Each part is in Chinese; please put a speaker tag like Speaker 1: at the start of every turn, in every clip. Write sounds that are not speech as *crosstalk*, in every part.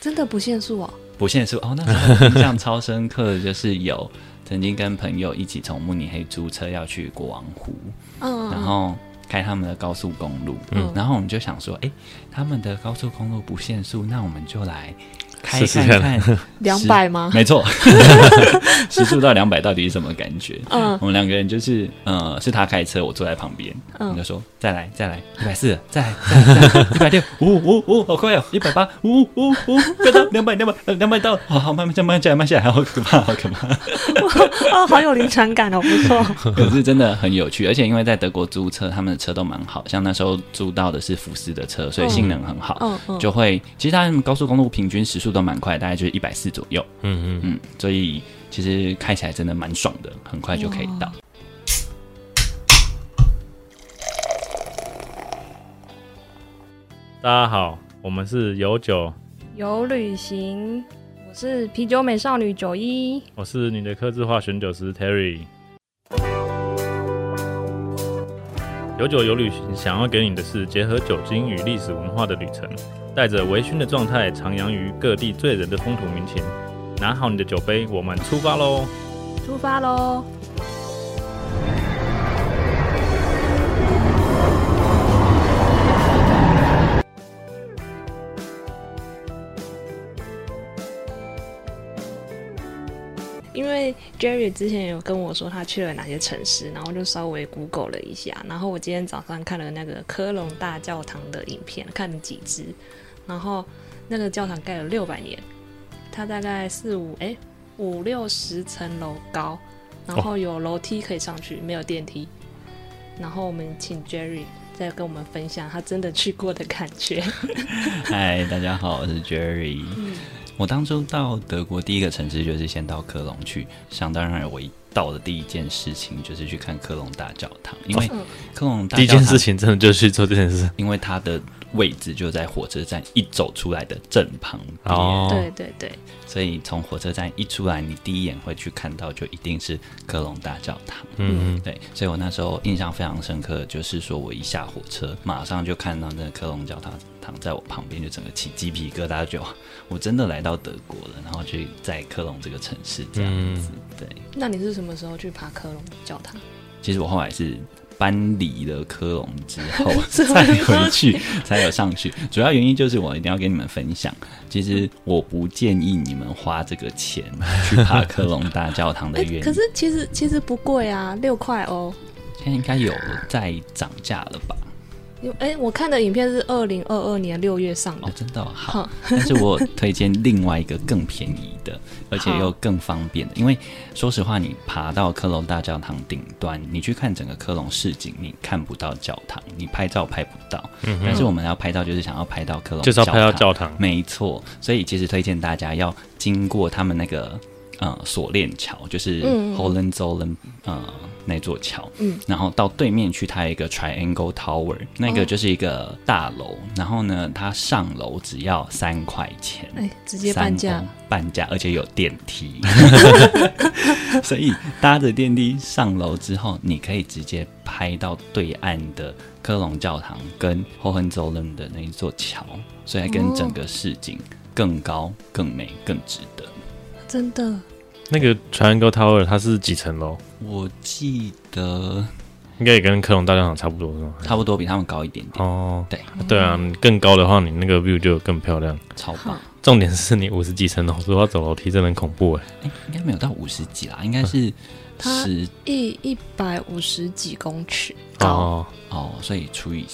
Speaker 1: 真的不限速哦。
Speaker 2: 不限速哦。那时候印象超深刻的就是有 *laughs* 曾经跟朋友一起从慕尼黑租车要去国王湖，
Speaker 1: 嗯，
Speaker 2: 然后开他们的高速公路，
Speaker 1: 嗯
Speaker 2: 然后我们就想说，哎、他们的高速公路不限速，那我们就来开
Speaker 3: 试试
Speaker 2: 看看
Speaker 1: 两百吗？
Speaker 2: 没
Speaker 1: *laughs*
Speaker 2: 错，时速到两百到底是什么感觉？
Speaker 1: 嗯
Speaker 2: *laughs* 我们两个人就是，呃，是他开车，我坐在旁边，我
Speaker 1: 嗯
Speaker 2: 们就说再来再来，一百四，再来再来再来， *laughs* 一百六，呜呜呜，好快哦，一百八，呜呜呜，快到两百两百两百到，好好慢慢慢慢下来慢下来，好可怕好
Speaker 1: *laughs*
Speaker 2: 可怕。
Speaker 1: *laughs* 哦，好有临场感哦，不错。
Speaker 2: 可是真的很有趣，而且因为在德国租车，他们的车都蛮好，像那时候租到的是福斯的车，所以性能很好，
Speaker 1: *laughs* 嗯嗯，
Speaker 2: 就会其实他们高速公路平均时速都蛮快，大概就是一百四左右。
Speaker 3: 嗯嗯，
Speaker 2: 嗯，所以其实开起来真的蛮爽的，很快就可以到。
Speaker 3: 大家好，我们是有酒，
Speaker 4: 有旅行，我是啤酒美少女九一。
Speaker 3: 我是你的客制化选酒师 Terry。有酒有旅行，想要给你的是结合酒精与历史文化的旅程，带着微醺的状态徜徉于各地醉人的风土民情。拿好你的酒杯，我们出发喽！
Speaker 4: 出发 *laughs* 喽！
Speaker 1: 因为 Jerry 之前有跟我说他去了哪些城市，然后就稍微 Google 了一下，然后我今天早上看了那个科隆大教堂的影片，看了几支，然后那个教堂盖了六百年，它大概四五哎五六十层楼高，然后有楼梯可以上去，没有电梯。然后我们请 Jerry 再跟我们分享他真的去过的感觉。
Speaker 2: *laughs* 嗨，大家好，我是 Jerry。我当初到德国第一个城市就是先到科隆去，想当然我一到的第一件事情就是去看科隆大教堂，因为
Speaker 1: 嗯
Speaker 2: 科隆大
Speaker 3: *laughs* 第
Speaker 2: 教
Speaker 3: 一
Speaker 2: 堂
Speaker 3: 件事，情真的就是去做这件事
Speaker 2: 因为它的位置就在火车站一走出来的正旁边，
Speaker 3: 哦。
Speaker 1: 对对对，
Speaker 2: 所以从火车站一出来，你第一眼会去看到就一定是科隆大教堂。
Speaker 3: 嗯嗯，
Speaker 2: 对，所以我那时候印象非常深刻，就是说我一下火车，马上就看到那个科隆教堂躺在我旁边，就整个起鸡皮疙瘩就，我真的来到德国了，然后去在科隆这个城市这
Speaker 1: 嗯
Speaker 3: 嗯
Speaker 2: 样子。对，
Speaker 1: 那你是什么时候去爬科隆教堂？
Speaker 2: 其实我后来是搬离了科隆之
Speaker 1: *laughs*
Speaker 2: 后
Speaker 1: 怎么
Speaker 2: 再
Speaker 1: 了
Speaker 2: 回去，才有上去。主要原因就是我一定要跟你们分享，其实我不建议你们花这个钱去爬科隆大教堂的
Speaker 1: *laughs* 哎、
Speaker 2: 原因。
Speaker 1: 可是其实其实不贵啊，六块哦。
Speaker 2: 现在应该有在涨价了吧？
Speaker 1: 有哎、我看的影片是二零二二年六月上的
Speaker 2: 哦，，真的哦、好。
Speaker 1: 好，
Speaker 2: *laughs* 但是我有推荐另外一个更便宜的，而且又更方便的，因为说实话，你爬到科隆大教堂顶端，你去看整个科隆市景，你看不到教堂，你拍照拍不到。
Speaker 3: 嗯哼
Speaker 2: 但是我们要拍照，就是想要拍到科隆，
Speaker 3: 就是要拍到教堂。
Speaker 2: 没错，所以其实推荐大家要经过他们那个呃锁链桥，就是
Speaker 1: 嗯
Speaker 2: Hohenzollern 呃那座桥，
Speaker 1: 嗯，
Speaker 2: 然后到对面去它有一个 Triangle Tower，那个
Speaker 1: 哦
Speaker 2: 就是一个大楼，然后呢，它上楼只要三块钱，
Speaker 1: 哎、直接半价
Speaker 2: 三欧，半价，而且有电 *laughs* 梯，所以搭着电梯上楼之后，你可以直接拍到对岸的科隆教堂跟霍亨州伦的那一座桥，所以跟整个市景更高、更美、更值得。
Speaker 1: 真的
Speaker 3: 那个 Triangle Tower 它是几层楼？
Speaker 2: 我记得
Speaker 3: 应该也跟科隆大教堂差不多是吗？
Speaker 2: 差不多比他们高一点点，
Speaker 3: 哦，
Speaker 2: 对，
Speaker 3: 对啊，你更高的话，你那个 view 就更漂亮。
Speaker 2: 超棒。
Speaker 3: 重点是你五十几层楼，说要走楼梯真的很恐怖哎。
Speaker 2: 哎、应该没有到五十几啦，应该是
Speaker 1: 它
Speaker 2: 十
Speaker 1: 一一百五十几公尺高，
Speaker 3: 哦，
Speaker 2: 哦，所以除以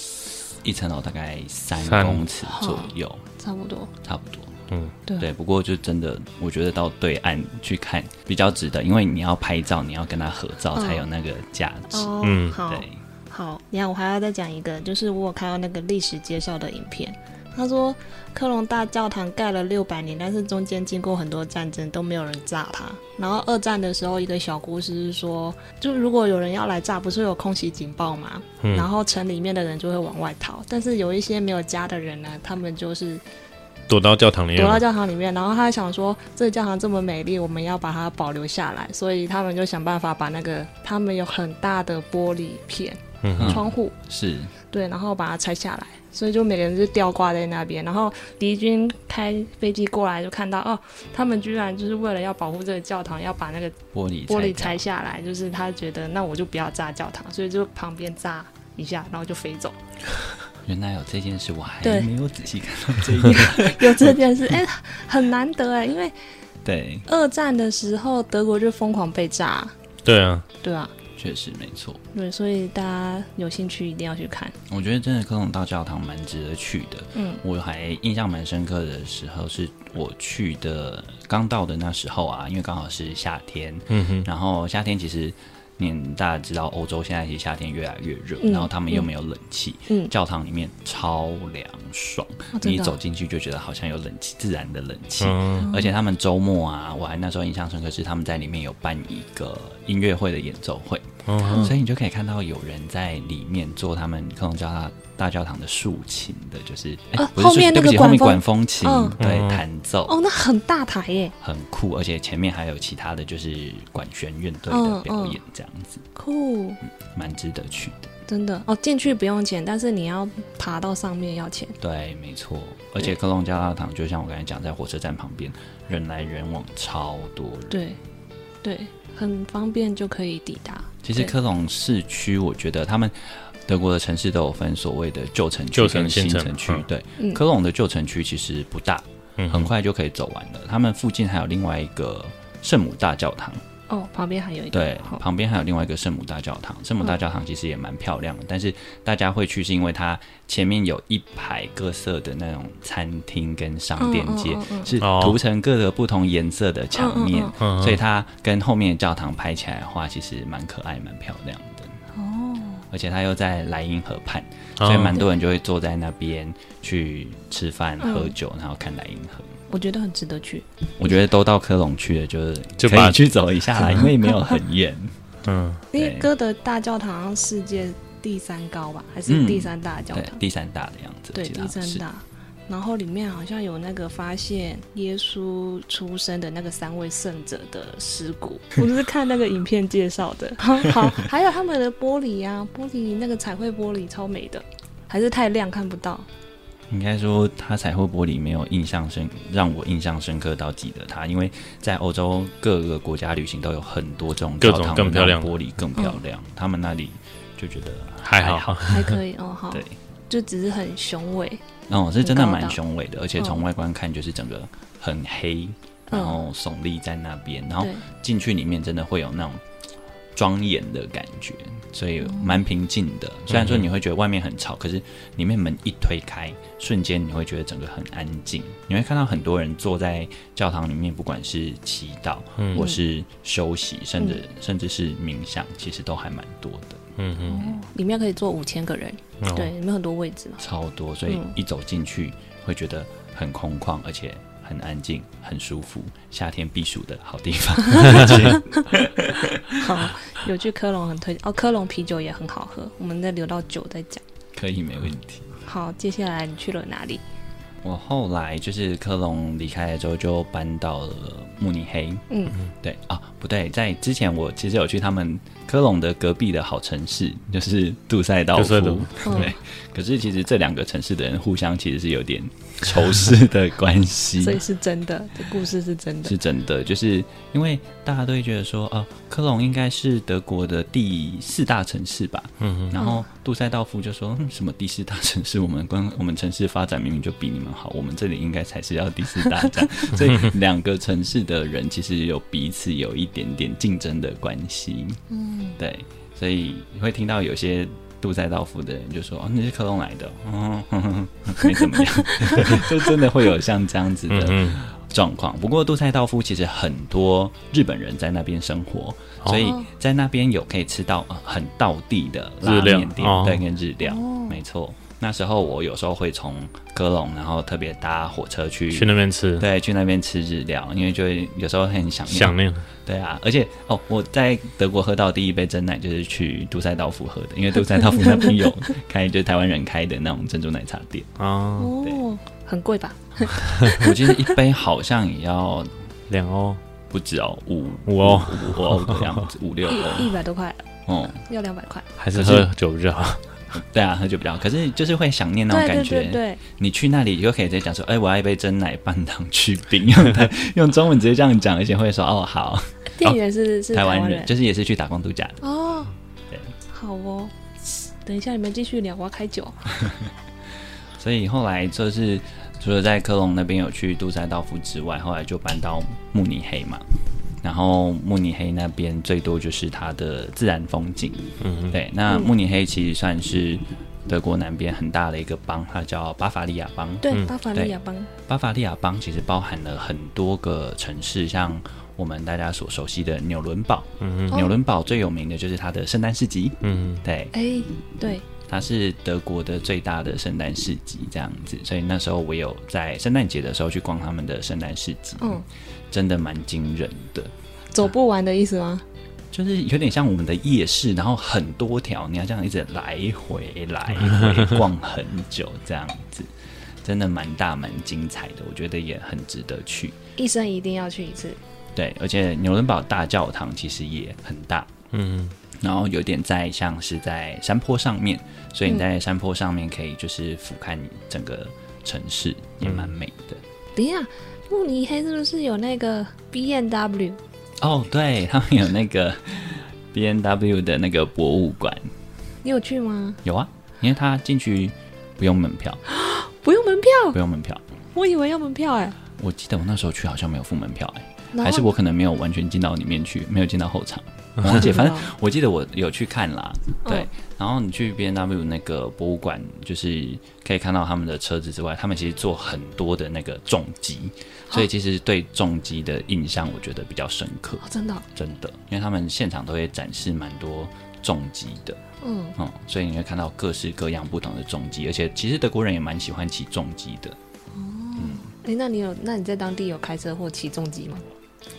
Speaker 2: 一层楼大概三
Speaker 3: 三
Speaker 2: 公尺左右，
Speaker 1: 差不多。
Speaker 2: 差不多。
Speaker 3: 嗯，
Speaker 1: 对啊
Speaker 2: 对，不过就真的，我觉得到对岸去看比较值得，因为你要拍照，你要跟他合照
Speaker 1: 嗯
Speaker 2: 才有那个价值。
Speaker 1: 哦
Speaker 3: 嗯
Speaker 1: 好
Speaker 2: 对，
Speaker 1: 好，你看我还要再讲一个，就是我有看到那个历史介绍的影片，他说科隆大教堂盖了六百年，但是中间经过很多战争都没有人炸它。然后二战的时候，一个小故事是说，就如果有人要来炸，不是有空袭警报吗？
Speaker 3: 嗯
Speaker 1: 然后城里面的人就会往外逃，但是有一些没有家的人呢，他们就是
Speaker 3: 躲到教堂里面
Speaker 1: 躲到
Speaker 3: 吗，
Speaker 1: 教堂里面，然后他想说这个教堂这么美丽，我们要把它保留下来，所以他们就想办法把那个他们有很大的玻璃片，
Speaker 5: 嗯
Speaker 3: *laughs*
Speaker 5: 哼，
Speaker 1: 窗户，
Speaker 2: 是
Speaker 1: 对，然后把它拆下来，所以就每个人就吊挂在那边。然后敌军开飞机过来，就看到哦，他们居然就是为了要保护这个教堂，要把那个
Speaker 2: 玻璃
Speaker 1: 玻璃拆
Speaker 2: 拆掉
Speaker 1: 下来，就是他觉得那我就不要炸教堂，所以就旁边炸一下，然后就飞走。
Speaker 2: 原来有这件事，我还
Speaker 1: 对
Speaker 2: 没有仔细看
Speaker 1: *laughs*
Speaker 2: 到这一点。
Speaker 1: 有 *laughs* 这件事，哎、很难得哎，因为
Speaker 2: 对，
Speaker 1: 二战的时候德国就疯狂被炸，
Speaker 5: 对啊，
Speaker 1: 对啊，
Speaker 2: 确实没错。
Speaker 1: 对，所以大家有兴趣一定要去看。
Speaker 2: 我觉得真的科隆大教堂蛮值得去的。
Speaker 1: 嗯，
Speaker 2: 我还印象蛮深刻的时候是我去的刚到的那时候啊，因为刚好是夏天，
Speaker 5: 嗯哼，
Speaker 2: 然后夏天其实。嗯，大家知道欧洲现在其实夏天越来越热，
Speaker 1: 嗯
Speaker 2: 然后他们又没有冷气，
Speaker 1: 嗯
Speaker 2: 教堂里面超凉爽，
Speaker 1: 哦、真
Speaker 2: 你
Speaker 1: 的哦
Speaker 2: 走进去就觉得好像有冷气，自然的冷气。
Speaker 5: 嗯
Speaker 2: 而且他们周末啊，我还那时候印象深刻是他们在里面有办一个音乐会的演奏会，
Speaker 3: 哦
Speaker 5: 嗯
Speaker 2: 所以你就可以看到有人在里面做他们克隆教大大教堂的竖琴的，就是哎、
Speaker 1: 啊
Speaker 2: 不是竖
Speaker 1: 后面
Speaker 2: 琴，
Speaker 1: 那
Speaker 2: 对
Speaker 1: 个
Speaker 2: 不起，后面管
Speaker 1: 管
Speaker 2: 风琴、
Speaker 1: 嗯
Speaker 2: 对
Speaker 5: 嗯
Speaker 2: 弹奏、
Speaker 1: 哦，那很大台耶，
Speaker 2: 很酷，而且前面还有其他的就是管弦乐队的表演，这样子
Speaker 1: 酷，
Speaker 2: 蛮、值得去的。
Speaker 1: 真的哦，进去不用钱，但是你要爬到上面要钱。
Speaker 2: 对，没错，而且克隆教大堂就像我刚才讲，在火车站旁边，人来人往超多人。
Speaker 1: 对，对，很方便就可以抵达。
Speaker 2: 其实
Speaker 1: 对
Speaker 2: 科隆市区，我觉得他们德国的城市都有分所谓的旧城区
Speaker 5: 旧城
Speaker 2: 跟新
Speaker 5: 新城
Speaker 2: 城区。
Speaker 5: 嗯
Speaker 2: 对，
Speaker 1: 嗯
Speaker 2: 科隆的旧城区其实不大，
Speaker 5: 嗯
Speaker 2: 很快就可以走完了。他们附近还有另外一个圣母大教堂，
Speaker 1: 哦，旁边还有一个，
Speaker 2: 对，
Speaker 1: 好
Speaker 2: 旁边还有另外一个圣母大教堂。圣母大教堂其实也蛮漂
Speaker 1: 嗯
Speaker 2: 亮的，但是大家会去是因为它前面有一排各色的那种餐厅跟商店街，
Speaker 1: 嗯嗯嗯嗯
Speaker 2: 是
Speaker 5: 哦
Speaker 2: 涂成各个不同颜色的墙面。
Speaker 1: 嗯嗯
Speaker 5: 嗯
Speaker 3: 哦
Speaker 2: 所以它跟后面的教堂拍起来的话，其实蛮可爱、蛮漂亮的。
Speaker 1: 哦，
Speaker 2: 而且它又在莱茵河畔，
Speaker 5: 哦
Speaker 2: 所以蛮多人就会坐在那边去吃饭、
Speaker 1: 嗯
Speaker 2: 喝酒，然后看莱茵河。
Speaker 1: 我觉得很值得去。
Speaker 2: 我觉得都到科隆去了，就是
Speaker 5: 就
Speaker 2: 可
Speaker 5: 把
Speaker 2: 以去走一下啦，因为没有很远。
Speaker 5: 嗯
Speaker 1: 因为
Speaker 2: 对
Speaker 1: 哥德大教堂好像世界第三高吧，还
Speaker 2: 嗯
Speaker 1: 是第三大教
Speaker 2: 对
Speaker 1: 堂？，
Speaker 2: 第三大的样子，
Speaker 1: 对，
Speaker 2: 我记得
Speaker 1: 第
Speaker 2: 好像
Speaker 1: 三
Speaker 2: 是。
Speaker 1: 大。然后里面好像有那个发现耶稣出生的那个三位圣者的尸骨，我是看那个影片介绍的。 *laughs* 好，好还有他们的玻璃啊，玻璃那个彩绘玻璃超美的，还是太亮看不到。
Speaker 2: 应该说，它彩绘玻璃没有印象深，让我印象深刻到记得它，因为在欧洲各个国家旅行都有很多这种
Speaker 5: 各种
Speaker 2: 教堂
Speaker 5: 更漂亮
Speaker 2: 的那种玻璃更漂亮，
Speaker 1: 嗯
Speaker 2: 他们那里就觉得
Speaker 5: 还好
Speaker 2: 好，
Speaker 1: 还可以哦，好，
Speaker 2: 对。
Speaker 1: 就只是很雄伟，
Speaker 2: 哦，是真
Speaker 1: 嗯
Speaker 2: 的
Speaker 1: 很高
Speaker 2: 蛮
Speaker 1: 档嗯
Speaker 2: 雄伟的，而且从外观看就是整个很黑，然后耸立在那边，然后
Speaker 1: 对，
Speaker 2: 进去里面真的会有那种庄严的感觉，所以蛮平静的。
Speaker 5: 嗯
Speaker 2: 虽然说你会觉得外面很吵，可是里面门一推开，瞬间你会觉得整个很安静。你会看到很多人坐在教堂里面，不管是祈祷，
Speaker 5: 嗯
Speaker 2: 或是休息，甚至甚至是冥想，其实都还蛮多的，
Speaker 5: 嗯哼，
Speaker 1: 里面可以坐五千个人，
Speaker 5: 哦
Speaker 1: 对，，里面很多位置嘛。
Speaker 2: 超多。所以
Speaker 1: 嗯
Speaker 2: 一走进去会觉得很空旷，而且。很安静，很舒服，夏天避暑的好地
Speaker 5: *laughs*
Speaker 2: 方。
Speaker 1: 好，有去科隆很推哦，科隆啤酒也很好喝，我们再留到酒再讲。
Speaker 2: 可以，没问题。
Speaker 1: 好，接下来你去了哪里？
Speaker 2: 我后来就是科隆离开了之后，就搬到了慕尼黑。
Speaker 1: 嗯，
Speaker 2: 对啊，不对，在之前我其实有去他们科隆的隔壁的好城市，就是杜塞道
Speaker 5: 杜塞道
Speaker 2: 夫
Speaker 5: 夫。
Speaker 1: 嗯
Speaker 2: 对，可是其实这两个城市的人互相其实是有点仇视的关系
Speaker 1: 所。以是真的，这故事是真的。
Speaker 2: 嗯是真的，就是因为大家都会觉得说，啊，科隆应该是德国的第四大城市吧，
Speaker 5: 嗯
Speaker 2: 然后杜塞道夫就说：“嗯、什么第四大城市？我们光我们城市发展明明就比你们好，我们这里应该才是要第四大站。”所以两个城市的人其实有彼此有一点点竞争的关系。嗯，对，所以你会听到有些杜塞道夫的人就说：“哦，你是科隆来的哦， *laughs* 嗯，哼哼哼没怎么样。” *laughs* 就真的会有像这样子
Speaker 5: 嗯
Speaker 2: 的
Speaker 5: 嗯，
Speaker 2: 状况。不过杜塞道夫其实很多日本人在那边生活，
Speaker 5: 哦
Speaker 2: 所以在那边有可以吃到、呃很道地的拉面
Speaker 5: 日
Speaker 2: 店，
Speaker 5: 料哦
Speaker 2: 对，跟日料，没错。那时候我有时候会从科隆，然后特别搭火车去，
Speaker 5: 去那边吃，
Speaker 2: 对，去那边吃日料，因为就会有时候很想念。
Speaker 5: 想念，
Speaker 2: 对啊，而且哦，我在德国喝到第一杯真奶就是去杜塞道夫喝的，因为杜塞道夫那
Speaker 5: *laughs*
Speaker 2: 边有开就是台湾人开的那种珍珠奶茶店，
Speaker 5: 啊，
Speaker 1: 哦，很贵吧？
Speaker 2: 我记得一杯好像也要
Speaker 5: 两欧
Speaker 2: 不止哦，五
Speaker 5: 五欧，
Speaker 2: 五欧的样子，五六欧。
Speaker 1: 一百多块。
Speaker 2: 哦，
Speaker 1: 要两百块。
Speaker 3: 还是喝酒比较好。
Speaker 2: 对啊，喝酒比较好，可是就是会想念那种
Speaker 1: 对
Speaker 2: 感
Speaker 1: 对
Speaker 2: 觉。哦
Speaker 1: 对对，
Speaker 2: 你去那里就可以直接讲说，哎、我要一杯真奶半糖去冰， *laughs* 用台用中文直接这样讲，而且会说哦好，
Speaker 1: 店员是是
Speaker 2: 台湾
Speaker 1: 湾
Speaker 2: 人就是也是去打工度假的。
Speaker 1: 哦
Speaker 2: 对。
Speaker 1: 好哦，等一下你们继续聊，我要开酒。
Speaker 2: 嗯所以后来就是除了在科隆那边有去杜塞道夫之外，后来就搬到慕尼黑嘛。然后慕尼黑那边最多就是它的自然风景，
Speaker 3: 嗯，
Speaker 2: 对。那慕尼黑其实算是德国南边很大的一个邦，它叫巴伐利亚邦。
Speaker 1: 对，
Speaker 3: 嗯
Speaker 1: 巴伐利亚邦。
Speaker 2: 巴伐利亚邦其实包含了很多个城市，像我们大家所熟悉的纽伦堡。
Speaker 3: 嗯
Speaker 1: 哦
Speaker 2: 纽伦堡最有名的就是它的圣诞市集，
Speaker 3: 嗯，
Speaker 2: 对，
Speaker 1: 哎，对，
Speaker 2: 它是德国的最大的圣诞市集这样子，所以那时候我有在圣诞节的时候去逛他们的圣诞市集，
Speaker 1: 嗯，
Speaker 2: 真的蛮惊人的，
Speaker 1: 走不完的意思吗？
Speaker 2: 嗯就是有点像我们的夜市，然后很多条，你要这样一直来回来回逛很久这样子，真的蛮大蛮精彩的，我觉得也很值得去。
Speaker 1: 一生一定要去一次。
Speaker 2: 对，而且纽伦堡大教堂其实也很大，
Speaker 3: 嗯，
Speaker 2: 然后有点在像是在山坡上面，所以你在山坡上面可以就是俯瞰整个城市，也蛮美的。
Speaker 1: 等一下，慕尼黑是不是有那个 B N W？
Speaker 2: 哦，对，他们有那个 B N W 的那个博物馆，
Speaker 1: 你有去吗？
Speaker 2: 有啊，因为它进去不用门票，
Speaker 1: 不用门票，
Speaker 2: 不用门票。
Speaker 1: 我以为要门票哎。
Speaker 2: 我记得我那时候去好像没有付门票、欸，
Speaker 1: 然
Speaker 2: 还是
Speaker 1: 后
Speaker 2: 我可能没有完全进到里面去，没有进到后场。而且反
Speaker 1: 嗯
Speaker 2: 正我记得我有去看啦，对。然后你去 B N W 那个博物馆，就是可以看到他们的车子之外，他们其实做很多的那个重机，所以其实对重机的印象我觉得比较深刻，
Speaker 1: 哦，真的哦，
Speaker 2: 真的，因为他们现场都会展示蛮多重机的，
Speaker 1: 嗯，
Speaker 2: 嗯，所以你会看到各式各样不同的重机，而且其实德国人也蛮喜欢骑重机的。
Speaker 1: 哎，那你有，那你在当地有开车或骑重机吗？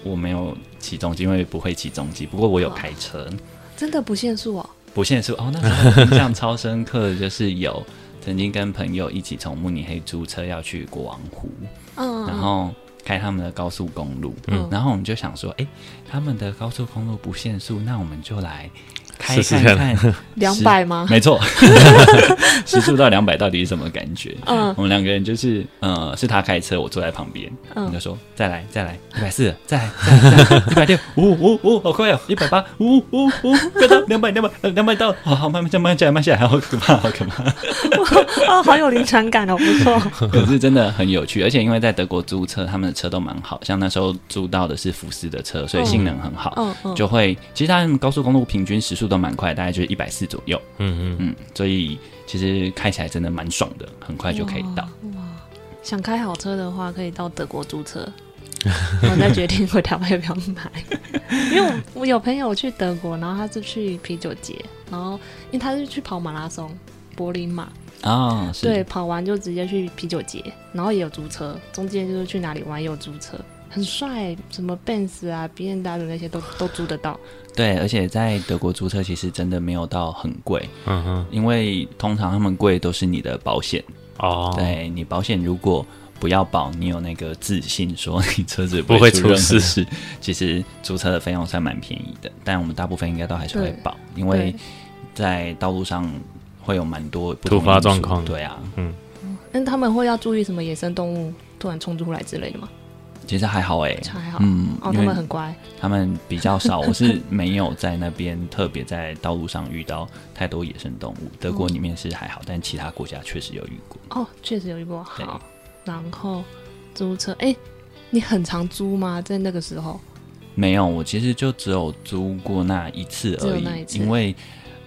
Speaker 2: 我没有骑重机，因为不会骑重机，不过
Speaker 1: 哦
Speaker 2: 我有开车。
Speaker 1: 真的不限速哦。
Speaker 2: 不限速哦，那时候印象超深刻的就是有曾经跟朋友一起从慕尼黑租车要去国王湖，
Speaker 1: 嗯，嗯
Speaker 2: 然后开他们的高速公路，
Speaker 1: 嗯
Speaker 2: 然后我们就想说，哎、他们的高速公路不限速，那我们就来开
Speaker 3: 试试
Speaker 2: 看看
Speaker 1: 两百吗？
Speaker 2: 没错，时速到两百到底是什么感觉？
Speaker 1: 嗯
Speaker 2: 我们两个人就是，呃，是他开车，我坐在旁边，
Speaker 1: 嗯
Speaker 2: 我们就说再来再来，一百四，再来再来一百六，五五五，好快哦，一百八，五五五，快到两百两百两百到，好好慢慢下慢慢下来慢下来，好可怕好可怕。
Speaker 1: *laughs* 哦，好有临场感哦，不错。
Speaker 2: *laughs* 可是真的很有趣，而且因为在德国租车，他们的车都蛮好，像那时候租到的是福斯的车，所以性能很好，
Speaker 1: *laughs* 嗯嗯，
Speaker 2: 就会其实他们高速公路平均时速都蛮快，大概就是一百四左右。
Speaker 3: 嗯嗯，
Speaker 2: 嗯，所以其实开起来真的蛮爽的，很快就可以到。
Speaker 1: 想开好车的话，可以到德国租车， *laughs* 然后再决定回台湾要不要 *laughs* 买。因为我我有朋友去德国，然后他是去啤酒节，然后因为他是去跑马拉松，柏林马，
Speaker 2: 啊，是
Speaker 1: 对，，跑完就直接去啤酒节，然后也有租车，中间就是去哪里玩也有租车。很帅，什么 Benz 啊、B N W 那些都都租得到。
Speaker 2: 对，而且在德国租车其实真的没有到很贵，
Speaker 3: 嗯哼，
Speaker 2: 因为通常他们贵都是你的保险，
Speaker 3: 哦，，
Speaker 2: 对你保险如果不要保，你有那个自信说你车子
Speaker 3: 不会
Speaker 2: 出
Speaker 3: 出
Speaker 2: 任何
Speaker 3: 事
Speaker 2: 事，其实租车的费用算蛮便宜的，但我们大部分应该都还是会
Speaker 1: 对
Speaker 2: 保，因为在道路上会有蛮多不
Speaker 3: 突
Speaker 2: 同
Speaker 3: 发
Speaker 2: 因素
Speaker 3: 状况
Speaker 2: 对啊，
Speaker 1: 那他们会要注意什么野生动物突然冲出来之类的吗？
Speaker 2: 其实还好哎、
Speaker 1: 还好，
Speaker 2: 嗯，
Speaker 1: 哦，
Speaker 2: 因
Speaker 1: 他
Speaker 2: 为
Speaker 1: 们很乖。
Speaker 2: 他们比
Speaker 1: *laughs*
Speaker 2: 较少，我是没有在那边特别在道路上遇到太多野生动物。德国
Speaker 1: 嗯
Speaker 2: 里面是还好，但其他国家确实有遇过。
Speaker 1: 哦，确实有遇过。
Speaker 2: 对
Speaker 1: 好，然后租车，哎、你很常租吗？在那个时候，
Speaker 2: 没有，我其实就只有租过那一次
Speaker 1: 只有
Speaker 2: 而已
Speaker 1: 那一，次
Speaker 2: 因为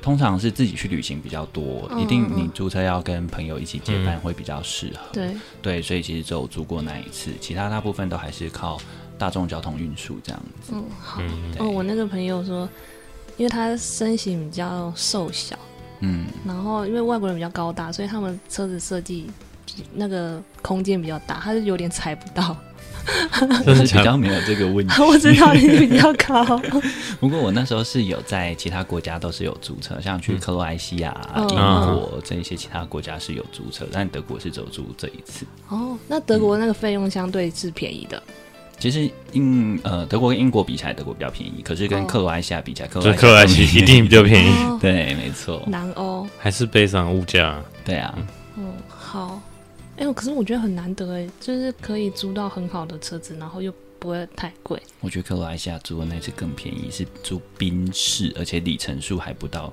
Speaker 2: 通常是自己去旅行比较多，
Speaker 1: 嗯
Speaker 2: 一定
Speaker 1: 嗯嗯
Speaker 2: 你租车要跟朋友一起结伴会比较适合。
Speaker 1: 对，
Speaker 2: 对，所以其实只有租过那一次，其他大部分都还是靠大众交通运输这样子。
Speaker 1: 嗯，好。
Speaker 3: 嗯
Speaker 1: 哦，我那个朋友说，因为他身形比较瘦小，
Speaker 2: 嗯，
Speaker 1: 然后因为外国人比较高大，所以他们车子设计比那个空间比较大，他就有点踩不
Speaker 3: *laughs*
Speaker 1: 到。
Speaker 2: 我嗯
Speaker 3: 真
Speaker 2: 是
Speaker 3: 的
Speaker 2: 比
Speaker 3: 假的
Speaker 2: 较没有这个问题。
Speaker 1: 我知道你比较
Speaker 3: *laughs*
Speaker 1: 高，
Speaker 2: 不过我那时候是有在其他国家都是有租车，像去克罗埃西亚、
Speaker 1: 嗯
Speaker 2: 英
Speaker 3: 嗯
Speaker 2: 国这一些其他国家是有租车，但德国是只有租这一次。
Speaker 1: 哦，那德国那个费用相对是便宜的，
Speaker 2: 其实英呃德国跟英国比起来，德国比较便宜，可是跟
Speaker 1: 哦
Speaker 2: 克罗埃西亚比起来，克罗
Speaker 3: 就
Speaker 2: 埃
Speaker 3: 克罗埃西一定比较便宜，
Speaker 1: 哦， *laughs*
Speaker 2: 对，没错，
Speaker 1: 南欧，
Speaker 3: 还是背上物价。
Speaker 2: 对啊，
Speaker 1: 嗯，好。哎、可是我觉得很难得哎，就是可以租到很好的车子，然后又不会太贵。
Speaker 2: 我觉得克罗埃西亚租的那次更便宜，是租宾士，而且里程数还不到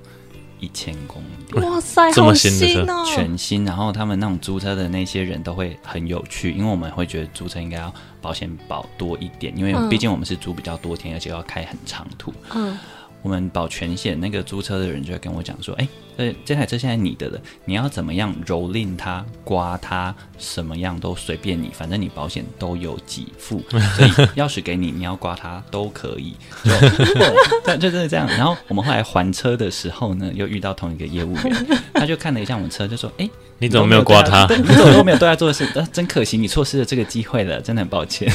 Speaker 2: 一千公里。
Speaker 3: 对
Speaker 1: 哇塞，
Speaker 3: 这么
Speaker 1: 好
Speaker 3: 新的车
Speaker 1: 新哦！
Speaker 2: 全新，然后他们那种租车的那些人都会很有趣，因为我们会觉得租车应该要保险保多一点，因为
Speaker 1: 嗯
Speaker 2: 毕竟我们是租比较多天，而且要开很长途。
Speaker 1: 嗯，
Speaker 2: 我们保全险，那个租车的人就会跟我讲说，哎、这这台车现在你的了，你要怎么样蹂躏它、刮它，什么样都随便你，反正你保险都有给
Speaker 3: *laughs*
Speaker 2: 付，所以钥匙给你，你要刮它都可以。就 *laughs* 但就真的这样。然后我们后来还车的时候呢，又遇到同一个业务员，他就看了一下我们车，就说，哎、
Speaker 3: 你怎么没有刮它？
Speaker 2: 对你怎么都没有对他做的事？呃，真可惜，你错失了这个机会了，真的很抱歉。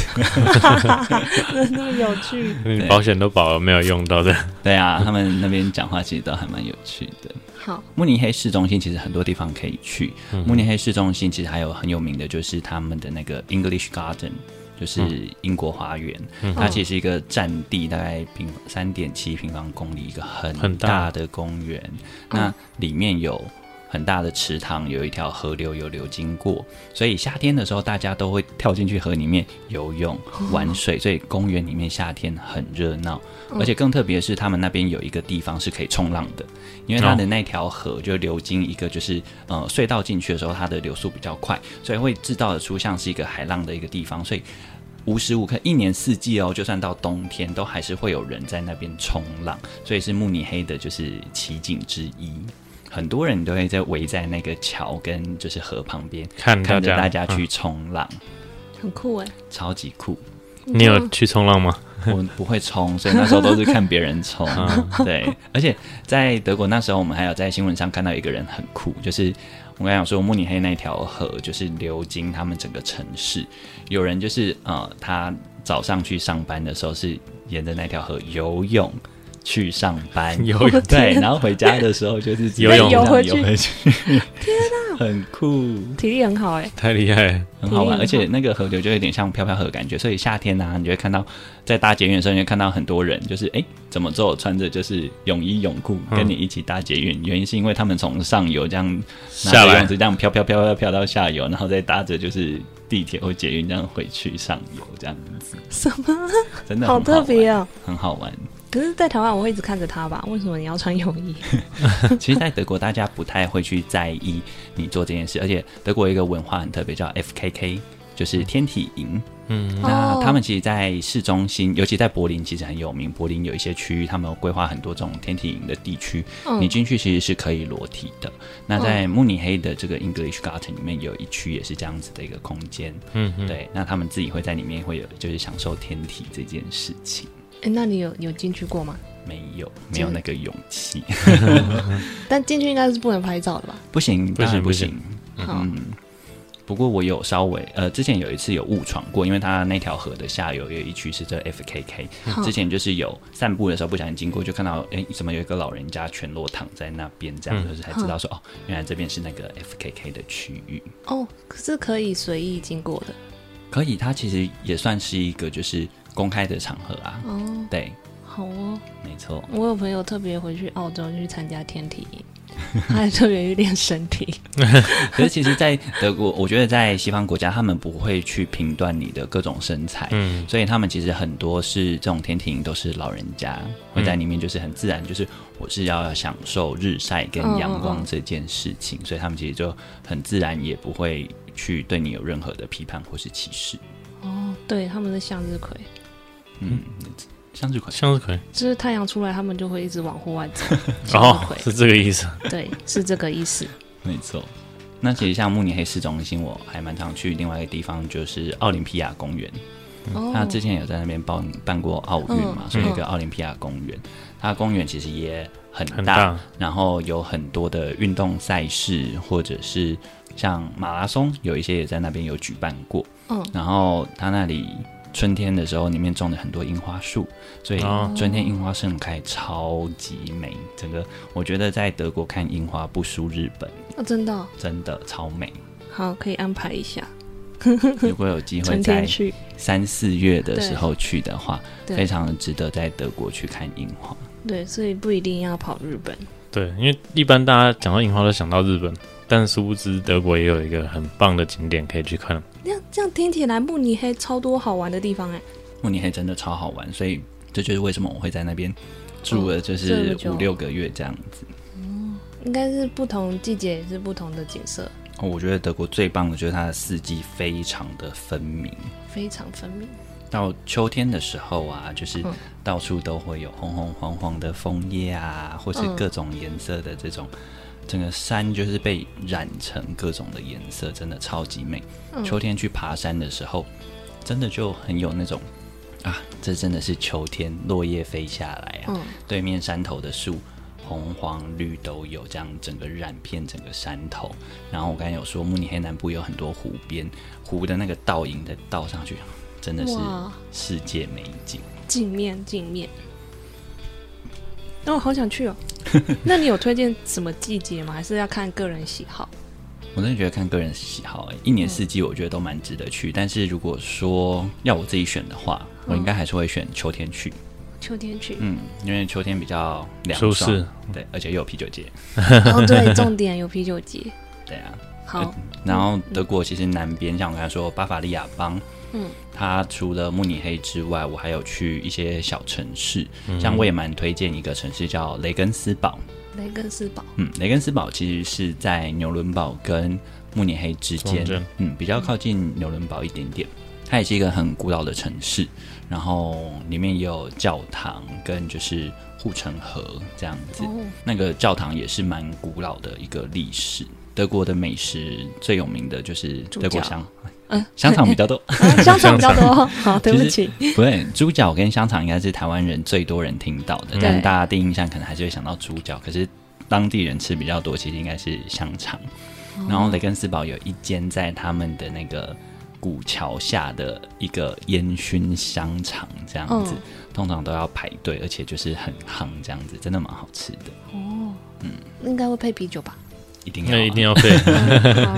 Speaker 1: 真的有趣。
Speaker 3: 你保险都保了，没有用到的。
Speaker 2: 对啊，他们那边讲话其实都还蛮有趣的。
Speaker 1: 好，
Speaker 2: 慕尼黑市中心其实很多地方可以去。慕尼黑市中心其实还有很有名的，就是他们的那个 English Garden，就是英国花园。它其实是一个占地大概平三点七平方公里，一个
Speaker 3: 很
Speaker 2: 很
Speaker 3: 大
Speaker 2: 大的公园。那里面有很大的池塘，有一条河流有流经过，所以夏天的时候大家都会跳进去河里面游泳、玩水，所以公园里面夏天很热闹。而且更特别的是，他们那边有一个地方是可以冲浪的，因为它的那条河就流经一个就是呃隧道进去的时候，它的流速比较快，所以会制造得出像是一个海浪的一个地方，所以无时无刻一年四季哦，就算到冬天都还是会有人在那边冲浪，所以是慕尼黑的就是奇景之一。很多人都会在围在那个桥跟就是河旁边，
Speaker 3: 看大
Speaker 2: 看着
Speaker 3: 家，
Speaker 2: 大家
Speaker 3: 嗯
Speaker 2: 去冲浪，
Speaker 1: 很酷哎。
Speaker 2: 超级酷。 *laughs*
Speaker 3: 你有去冲浪吗？。
Speaker 2: 我不会冲，所以那时候都是看别人冲。 *laughs* 对，而且在德国那时候，我们还有在新闻上看到一个人很酷，就是我刚才讲说慕尼黑那条河就是流经他们整个城市，有人就是呃，他早上去上班的时候是沿着那条河游泳去上班
Speaker 3: *laughs* 游泳
Speaker 2: 对，然后回家的时候就是直接
Speaker 3: 游泳
Speaker 2: 这样
Speaker 1: 游回去
Speaker 2: 游回去，天哪， *laughs* 很酷，
Speaker 1: 体力很好哎，
Speaker 3: 太厉害了，
Speaker 2: 很好玩，
Speaker 1: 嗯
Speaker 2: 而且那个河流就有点像飘飘河的感觉，所以夏天啊，你就会看到在搭捷运的时候，你会看到很多人，就是哎、诶怎么都有穿着就是泳衣泳裤
Speaker 3: 嗯
Speaker 2: 跟你一起搭捷运，原因是因为他们从上游这样拿
Speaker 3: 下
Speaker 2: 着
Speaker 3: 来
Speaker 2: 泳池这样飘飘飘飘飘到下游，然后再搭着就是地铁或捷运这样回去上游这样子，
Speaker 1: 什么？
Speaker 2: 真的
Speaker 1: 好
Speaker 2: 很
Speaker 1: 特别
Speaker 2: 玩
Speaker 1: 哦。
Speaker 3: 哎
Speaker 2: 很好玩。
Speaker 1: 可是，在台湾我会一直看着他吧？为什么你要穿泳衣？
Speaker 2: 其实，在德国大家不太会去在意你做这件事，而且德国有一个文化很特别，叫 FKK，就是天体营。
Speaker 3: 嗯，
Speaker 2: 那
Speaker 1: 哦
Speaker 2: 他们其实，在市中心，尤其在柏林，其实很有名。柏林有一些区域，他们有规划很多这种天体营的地区，
Speaker 1: 嗯
Speaker 2: 你进去其实是可以裸体的。那在慕尼黑的这个 English Garden 里面，有一区也是这样子的一个空间。
Speaker 3: 嗯嗯，
Speaker 2: 对，那他们自己会在里面会有，就是享受天体这件事情。
Speaker 1: 哎，那你有有进去过吗？
Speaker 2: 没有，没有那个勇气， *laughs*
Speaker 1: 但进去应该是不能拍照的吧？
Speaker 2: 不行，当然
Speaker 3: 不
Speaker 2: 不
Speaker 3: 行
Speaker 2: 行。嗯
Speaker 1: 好，
Speaker 3: 嗯
Speaker 2: 不过我有稍微呃，之前有一次有误闯过，因为它那条河的下游有一区是这 FKK，、
Speaker 1: 好
Speaker 2: *laughs*
Speaker 3: 嗯
Speaker 2: 之前就是有散步的时候不小心经过，就看到哎怎么有一个老人家全裸躺在那边，这样、
Speaker 3: 嗯
Speaker 2: 就是才知道说哦，原来这边是那个 FKK 的区域。
Speaker 1: 哦，可是可以随意经过的
Speaker 2: 可以，它其实也算是一个就是公开的场合啊，
Speaker 3: 嗯
Speaker 1: 哦。
Speaker 2: 对，
Speaker 1: 好哦，
Speaker 2: 没错。
Speaker 1: 我有朋友特别回去澳洲去参加天体营， *laughs* 他还特别去练身体。
Speaker 2: 可是其实，在德国，我觉得在西方国家，他们不会去评断你的各种身材，
Speaker 3: 嗯，
Speaker 2: 所以他们其实很多是这种天体营都是老人家
Speaker 1: 嗯
Speaker 2: 会在里面，就是很自然，就是我是要享受日晒跟阳
Speaker 1: 嗯嗯
Speaker 2: 光
Speaker 1: 嗯
Speaker 2: 这件事情，所以他们其实就很自然，也不会去对你有任何的批判或是歧视。
Speaker 1: 哦，对，他们的向日葵，
Speaker 2: 嗯，向日葵
Speaker 3: 向日葵
Speaker 1: 就是太阳出来，他们就会一直往户外
Speaker 2: *laughs*
Speaker 1: 走。向日
Speaker 3: 哦，
Speaker 1: 葵，
Speaker 3: 是这个意思。
Speaker 1: 对，是这个意思。
Speaker 2: 没错。那其实像慕尼黑市中心，我还蛮常去另外一个地方，就是奥林匹亚公园。
Speaker 1: 哦，
Speaker 2: 他之前有在那边办办过奥运嘛，
Speaker 1: 嗯
Speaker 2: 所以有一个奥林匹亚公园。它公园其实也很
Speaker 3: 很
Speaker 2: 大，
Speaker 3: 大，
Speaker 2: 然后有很多的运动赛事，或者是像马拉松，有一些也在那边有举办过。
Speaker 1: 嗯
Speaker 2: 然后它那里春天的时候，里面种了很多樱花树，所以
Speaker 3: 哦
Speaker 2: 春天樱花盛开超级美。整个我觉得在德国看樱花不输日本，
Speaker 1: 哦，真的哦、
Speaker 2: 真的超美。
Speaker 1: 好，可以安排一下。
Speaker 2: 如果有机会
Speaker 1: *laughs* 春
Speaker 2: 在
Speaker 1: 天去，
Speaker 2: 三四月的时候去的话，
Speaker 1: 对
Speaker 2: 非常值得在德国去看樱花。
Speaker 1: 对，所以不一定要跑日本。
Speaker 3: 对，因为一般大家讲到樱花都想到日本，但殊不知德国也有一个很棒的景点可以去看。
Speaker 1: 这样这样听起来，慕尼黑超多好玩的地方哎、
Speaker 2: 慕尼黑真的超好玩，所以这就是为什么我会在那边住了就
Speaker 1: 哦这
Speaker 2: 是
Speaker 1: 么久
Speaker 2: 五六个月这样子。
Speaker 1: 应该是不同季节也是不同的景色，
Speaker 2: 哦我觉得德国最棒的就是它的四季非常的分明。
Speaker 1: 非常分明。
Speaker 2: 到秋天的时候啊，就是
Speaker 1: 嗯
Speaker 2: 到处都会有红红黄黄的枫叶啊，或是
Speaker 1: 嗯
Speaker 2: 各种颜色的这种，整个山就是被染成各种的颜色，真的超级美。秋天去爬山的时候，真的就很有那种啊，这真的是秋天，落叶飞下来啊，
Speaker 1: 嗯
Speaker 2: 对面山头的树。红、黄、绿都有，这样整个染遍整个山头。然后我刚才有说，慕尼黑南部有很多湖边，湖的那个倒影的倒上去，真的是
Speaker 1: 哇，
Speaker 2: 世界美景。
Speaker 1: 镜面镜面。那、我好想去 *laughs* 哦。那你有推荐什么季节吗？还是要看个人喜好？
Speaker 2: 我真的觉得看个人喜好、欸，一年四季我觉得都蛮值得去。但是如果说要我自己选的话，我应该还是会选秋天去，
Speaker 1: 秋天 *laughs* 去。
Speaker 2: 嗯，因为秋天比较凉
Speaker 3: 舒
Speaker 2: 爽，
Speaker 3: 适，
Speaker 2: 对，而且又有啤酒节，
Speaker 1: 哦，对，重点有啤酒节。
Speaker 2: 对啊。
Speaker 1: 好，
Speaker 2: 然后德国其实南边，像我刚才说巴伐利亚邦，
Speaker 1: 嗯，
Speaker 2: 它除了慕尼黑之外，我还有去一些小城市，
Speaker 3: 嗯
Speaker 2: 像我也蛮推荐一个城市叫雷根斯堡，
Speaker 1: 雷根斯堡。
Speaker 2: 嗯，雷根斯堡其实是在纽伦堡跟慕尼黑之间
Speaker 3: 中间，
Speaker 2: 嗯，比较靠近纽伦堡一点点。它也是一个很古老的城市，然后里面也有教堂跟就是护城河这样子。
Speaker 1: 哦，
Speaker 2: 那个教堂也是蛮古老的一个历史。德国的美食最有名的就是德国香，
Speaker 1: 嗯，
Speaker 2: 香肠比较多。 *laughs*
Speaker 1: 啊香肠比较 *laughs* 多。好，对不
Speaker 2: 其
Speaker 1: 起。
Speaker 2: 不对，猪脚跟香肠应该是台湾人最多人听到的，
Speaker 3: 嗯
Speaker 2: 但
Speaker 1: 对
Speaker 2: 大家第一印象可能还是会想到猪脚，可是当地人吃比较多，其实应该是香肠。
Speaker 1: 哦
Speaker 2: 然后雷根斯堡有一间在他们的那个古桥下的一个烟熏香肠，这样子、
Speaker 1: 嗯
Speaker 2: 通常都要排队，而且就是很夯，这样子真的蛮好吃的，
Speaker 1: 哦，嗯，应该会配啤酒 *laughs* 吧？嗯
Speaker 2: 一定要、
Speaker 3: 那
Speaker 2: 啊、
Speaker 3: 一定要配。
Speaker 1: 好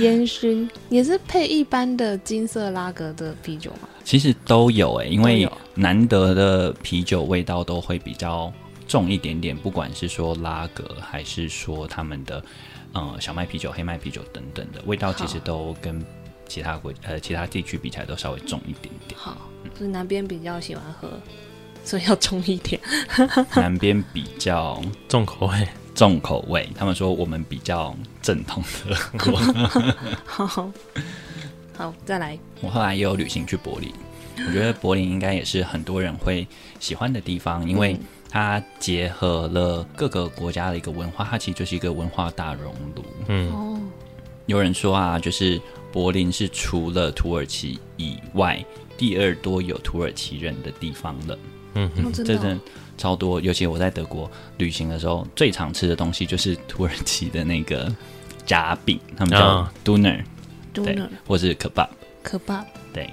Speaker 1: 烟熏也是配一般的金色拉格的啤酒嘛？
Speaker 2: 其实都有诶、因
Speaker 1: 都
Speaker 2: 为
Speaker 1: 有
Speaker 2: 难得的啤酒味道都会比较重一点点，不管是说拉格还是说他们的呃小麦啤酒、黑麦啤酒等等的味道，其实
Speaker 1: 好。
Speaker 2: 都跟其他国呃其他地区比起来都稍微重一点点
Speaker 1: 好，所以南边比较喜欢喝， *laughs* 所以要重一点。 *laughs*
Speaker 2: 南边比较
Speaker 3: *laughs* 重
Speaker 2: *laughs*
Speaker 3: 口味，
Speaker 2: 重口味，他们说我们比较正统的。
Speaker 1: 好，好，再来。
Speaker 2: 我后来也有旅行去柏林，我觉得柏林应该也是很多人会喜欢的地方，因
Speaker 1: 嗯
Speaker 2: 为它结合了各个国家的一个文化，它其实就是一个文化大熔炉。
Speaker 3: 嗯，
Speaker 1: 哦，
Speaker 2: 有人说啊，就是柏林是除了土耳其以外第二多有土耳其人的地方了，
Speaker 3: 嗯
Speaker 1: 哦
Speaker 3: 哼，
Speaker 1: 真
Speaker 2: 这
Speaker 1: 的
Speaker 2: 真的超多。尤其我在德国旅行的时候，最常吃的东西就是土耳其的那个炸饼，他们叫
Speaker 1: 嗯
Speaker 3: 啊
Speaker 2: doner，、
Speaker 1: d o
Speaker 2: 对
Speaker 1: n e，
Speaker 2: 或是 kebab。
Speaker 1: 可怕。
Speaker 2: 对，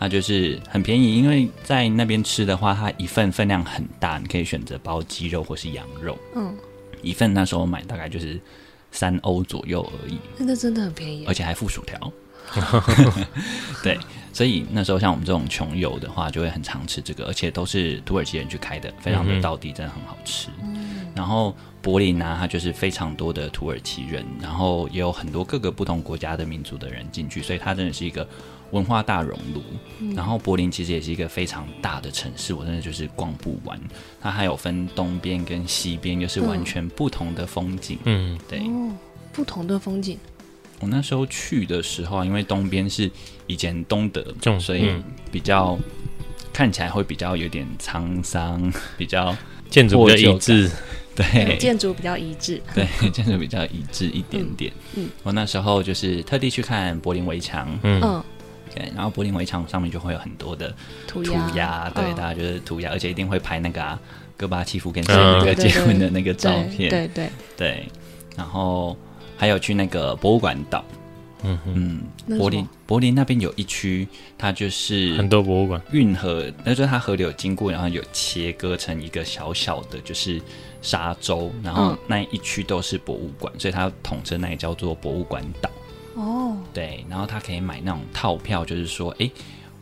Speaker 2: 它啊就是很便宜，因为在那边吃的话，它一份分量很大，你可以选择包鸡肉或是羊肉，
Speaker 1: 嗯，
Speaker 2: 一份那时候买大概就是三欧左右而已，
Speaker 1: 那个真的很便宜啊
Speaker 2: 而。且还附薯条。 *laughs* 对，所以那时候像我们这种穷游的话，就会很常吃这个，而且都是土耳其人去开的，非常
Speaker 3: 嗯
Speaker 2: 的
Speaker 3: 哼
Speaker 2: 道地，真的很好吃。然后柏林呢、它就是非常多的土耳其人，然后也有很多各个不同国家的民族的人进去，所以它真的是一个文化大熔炉。然后柏林其实也是一个非常大的城市，我真的就是逛不完。它还有分东边跟西边，又是完全不同的风景。
Speaker 3: 嗯，
Speaker 2: 对，
Speaker 1: 哦，不同的风景。
Speaker 2: 我那时候去的时候啊，因为东边是以前东德
Speaker 3: 这，种
Speaker 2: 所以
Speaker 3: 嗯
Speaker 2: 比较、看起来会比较有点沧桑，比较
Speaker 3: 建筑比较一致，
Speaker 2: 对
Speaker 1: 建筑比较一致。
Speaker 2: 对， *laughs* 建筑比较一致一点点。
Speaker 1: 嗯嗯
Speaker 2: 我那时候就是特地去看柏林围墙，
Speaker 3: 嗯，
Speaker 1: 嗯，
Speaker 2: 对，然后柏林围墙上面就会有很多的
Speaker 1: 涂
Speaker 2: 涂
Speaker 1: 鸦。
Speaker 2: 鸦，对，
Speaker 1: 嗯
Speaker 2: 大家就是涂鸦，而且一定会拍那个、啊、戈巴契夫跟谁
Speaker 3: 嗯
Speaker 2: 那
Speaker 1: 对
Speaker 2: 个
Speaker 1: 对
Speaker 2: 结
Speaker 1: 对
Speaker 2: 婚的那个照
Speaker 1: 对
Speaker 2: 片，
Speaker 1: 对对，
Speaker 2: 对，然后还有去那个博物馆岛，
Speaker 3: 嗯哼，
Speaker 2: 嗯，
Speaker 1: 那是
Speaker 2: 柏
Speaker 1: 什
Speaker 2: 林
Speaker 1: 么
Speaker 2: 柏林那边有一区，它就是
Speaker 3: 很多博物馆，
Speaker 2: 运河，那就是它河流经过，然后有切割成一个小小的就是沙洲，然后
Speaker 1: 嗯
Speaker 2: 那一区都是博物馆，所以它统称那里叫做博物馆岛。
Speaker 1: 哦，
Speaker 2: 对，然后他可以买那种套票，就是说，诶，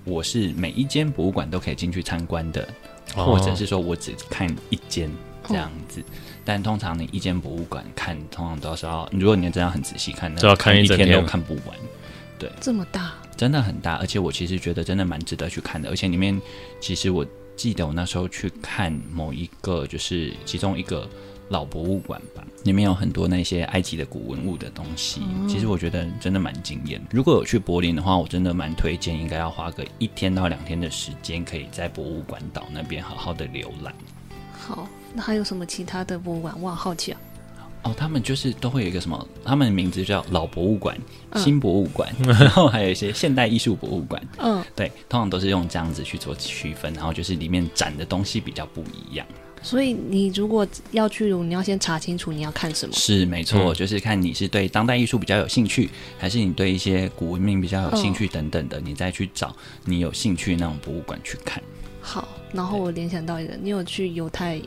Speaker 2: 我是每一间博物馆都可以进去参观的，
Speaker 3: 哦
Speaker 2: 或者是说我只看一间这样子。但通常你一间博物馆看，通常都是要，如果你真的很仔细看，那
Speaker 3: 就要看一
Speaker 2: 一
Speaker 3: 整
Speaker 2: 天
Speaker 3: 天
Speaker 2: 都看不完。
Speaker 1: 这么大，
Speaker 2: 真的很大，而且我其实觉得真的蛮值得去看的，而且里面其实我记得我那时候去看某一个就是其中一个老博物馆吧，里面有很多那些埃及的古文物的东西，其实我觉得真的蛮惊艳。如果有去柏林的话，我真的蛮推荐，应该要花个一天到两天的时间，可以在博物馆岛那边好好的浏览。
Speaker 1: 好，那还有什么其他的博物馆？我好好奇啊。
Speaker 2: 哦，他们就是都会有一个什么，他们的名字叫老博物馆、新博物馆， *laughs* 然后还有一些现代艺术博物馆。
Speaker 1: 嗯，
Speaker 2: 对，通常都是用这样子去做区分，然后就是里面展的东西比较不一样。
Speaker 1: 所以你如果要去，你要先查清楚你要看什么。
Speaker 2: 是没错，嗯就是看你是对当代艺术比较有兴趣，还是你对一些古文明比较有兴趣等等的，你再去找你有兴趣那种博物馆去看。
Speaker 1: 好，然后我联想到一个，你有去犹太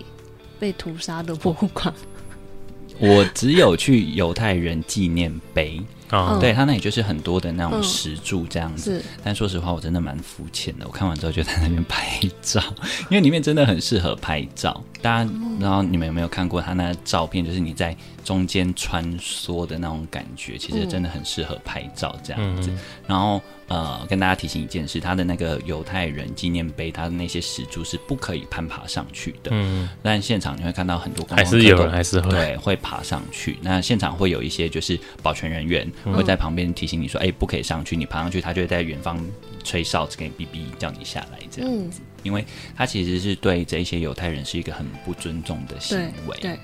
Speaker 1: 被屠杀的博物馆？
Speaker 2: 我只有去犹太人纪念碑，
Speaker 3: 啊
Speaker 1: 嗯，
Speaker 2: 对他那里就是很多的那种
Speaker 1: 嗯
Speaker 2: 石柱这样子。
Speaker 1: 是，
Speaker 2: 但说实话，我真的蛮肤浅的。我看完之后就在那边 *laughs* 拍照，因为里面真的很适合拍照。大家，然后你们有没有看过他那照片？就是你在中间穿梭的那种感觉，其实真的很适合拍照这样
Speaker 3: 嗯
Speaker 2: 子。然后，呃，跟大家提醒一件事，他的那个犹太人纪念碑，他的那些石柱是不可以攀爬上去的。
Speaker 3: 嗯，
Speaker 2: 但现场你会看到很多观
Speaker 3: 还
Speaker 2: 光
Speaker 3: 是
Speaker 2: 客
Speaker 3: 有
Speaker 2: 都
Speaker 3: 人还是会，
Speaker 2: 对，会爬上去。那现场会有一些就是保全人员
Speaker 3: 嗯
Speaker 2: 会在旁边提醒你说：“哎、不可以上去，你爬上去，他就会在远方吹哨子给你哔哔，叫你下来。”这样，
Speaker 1: 嗯，
Speaker 2: 因为他其实是对这一些犹太人是一个很不尊重的行
Speaker 1: 对
Speaker 2: 为。
Speaker 1: 对，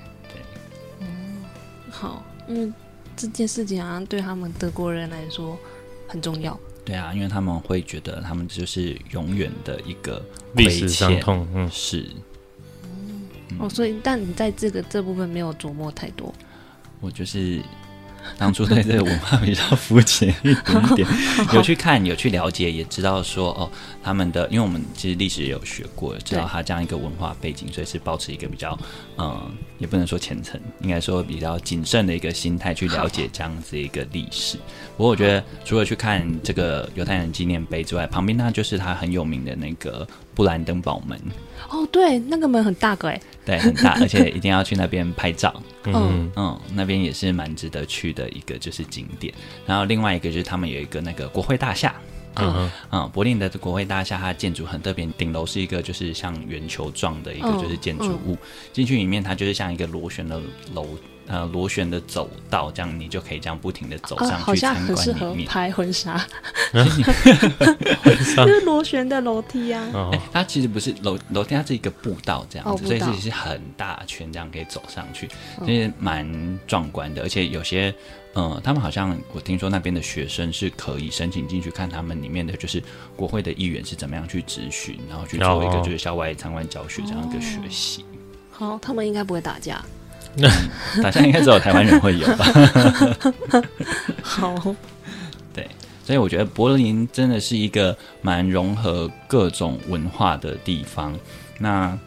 Speaker 1: 好，因为这件事情好像对他们德国人来说很重要。
Speaker 2: 对啊，因为他们会觉得他们就是永远的一个
Speaker 3: 历史
Speaker 2: 亏
Speaker 3: 伤
Speaker 2: 欠。
Speaker 3: 痛，嗯，
Speaker 2: 是
Speaker 1: 哦，所以但你在这个这部分没有琢磨太多。
Speaker 2: 我就是当初对这个文化比较肤浅一点点，有去看，有去了解，也知道说哦，他们的，因为我们其实历史也有学过，知道他这样一个文化背景，所以是保持一个比较，嗯、也不能说虔诚，应该说比较谨慎的一个心态去了解这样子一个历史。不过我觉得，除了去看这个犹太人纪念碑之外，旁边那就是他很有名的那个布兰登堡门，
Speaker 1: 哦，对，那个门很大个哎。
Speaker 2: 对，很大，而且一定要去那边拍照。
Speaker 1: 嗯
Speaker 2: 嗯，那边也是蛮值得去的一个就是景点。然后另外一个就是他们有一个那个国会大厦，
Speaker 3: 嗯
Speaker 2: 嗯，柏林的国会大厦它的建筑很特别，顶楼是一个就是像圆球状的一个
Speaker 1: 嗯
Speaker 2: 就是建筑物，进、去里面它就是像一个螺旋的楼。呃，螺旋的走道，这样你就可以这样不停的走
Speaker 1: 啊，
Speaker 2: 上
Speaker 1: 好
Speaker 2: 去
Speaker 1: 像
Speaker 2: 参
Speaker 1: 很适
Speaker 2: 观里
Speaker 1: 合
Speaker 2: 面。
Speaker 1: 拍婚纱， *laughs*
Speaker 3: 上
Speaker 1: 就是螺旋的楼梯啊。
Speaker 3: 哦
Speaker 2: 哎、它其实不是楼楼梯，它是一个步道这样
Speaker 1: 哦
Speaker 2: 子，
Speaker 1: 步
Speaker 2: 所以
Speaker 1: 道嗯
Speaker 2: 其实是很大圈这样可以走上去，其实蛮壮观的。而且有些，呃，他们好像我听说那边的学生是可以申请进去看他们里面的就是国会的议员是怎么样去咨询，然后去做一个
Speaker 3: 哦
Speaker 2: 就是校外参观教学这样一个学习。
Speaker 1: 哦好，他们应该不会打架。
Speaker 2: 打架应该只有台湾人会有吧？
Speaker 1: 好，
Speaker 2: 所以我觉得柏林真的是一个蛮融合各种文化的地方。那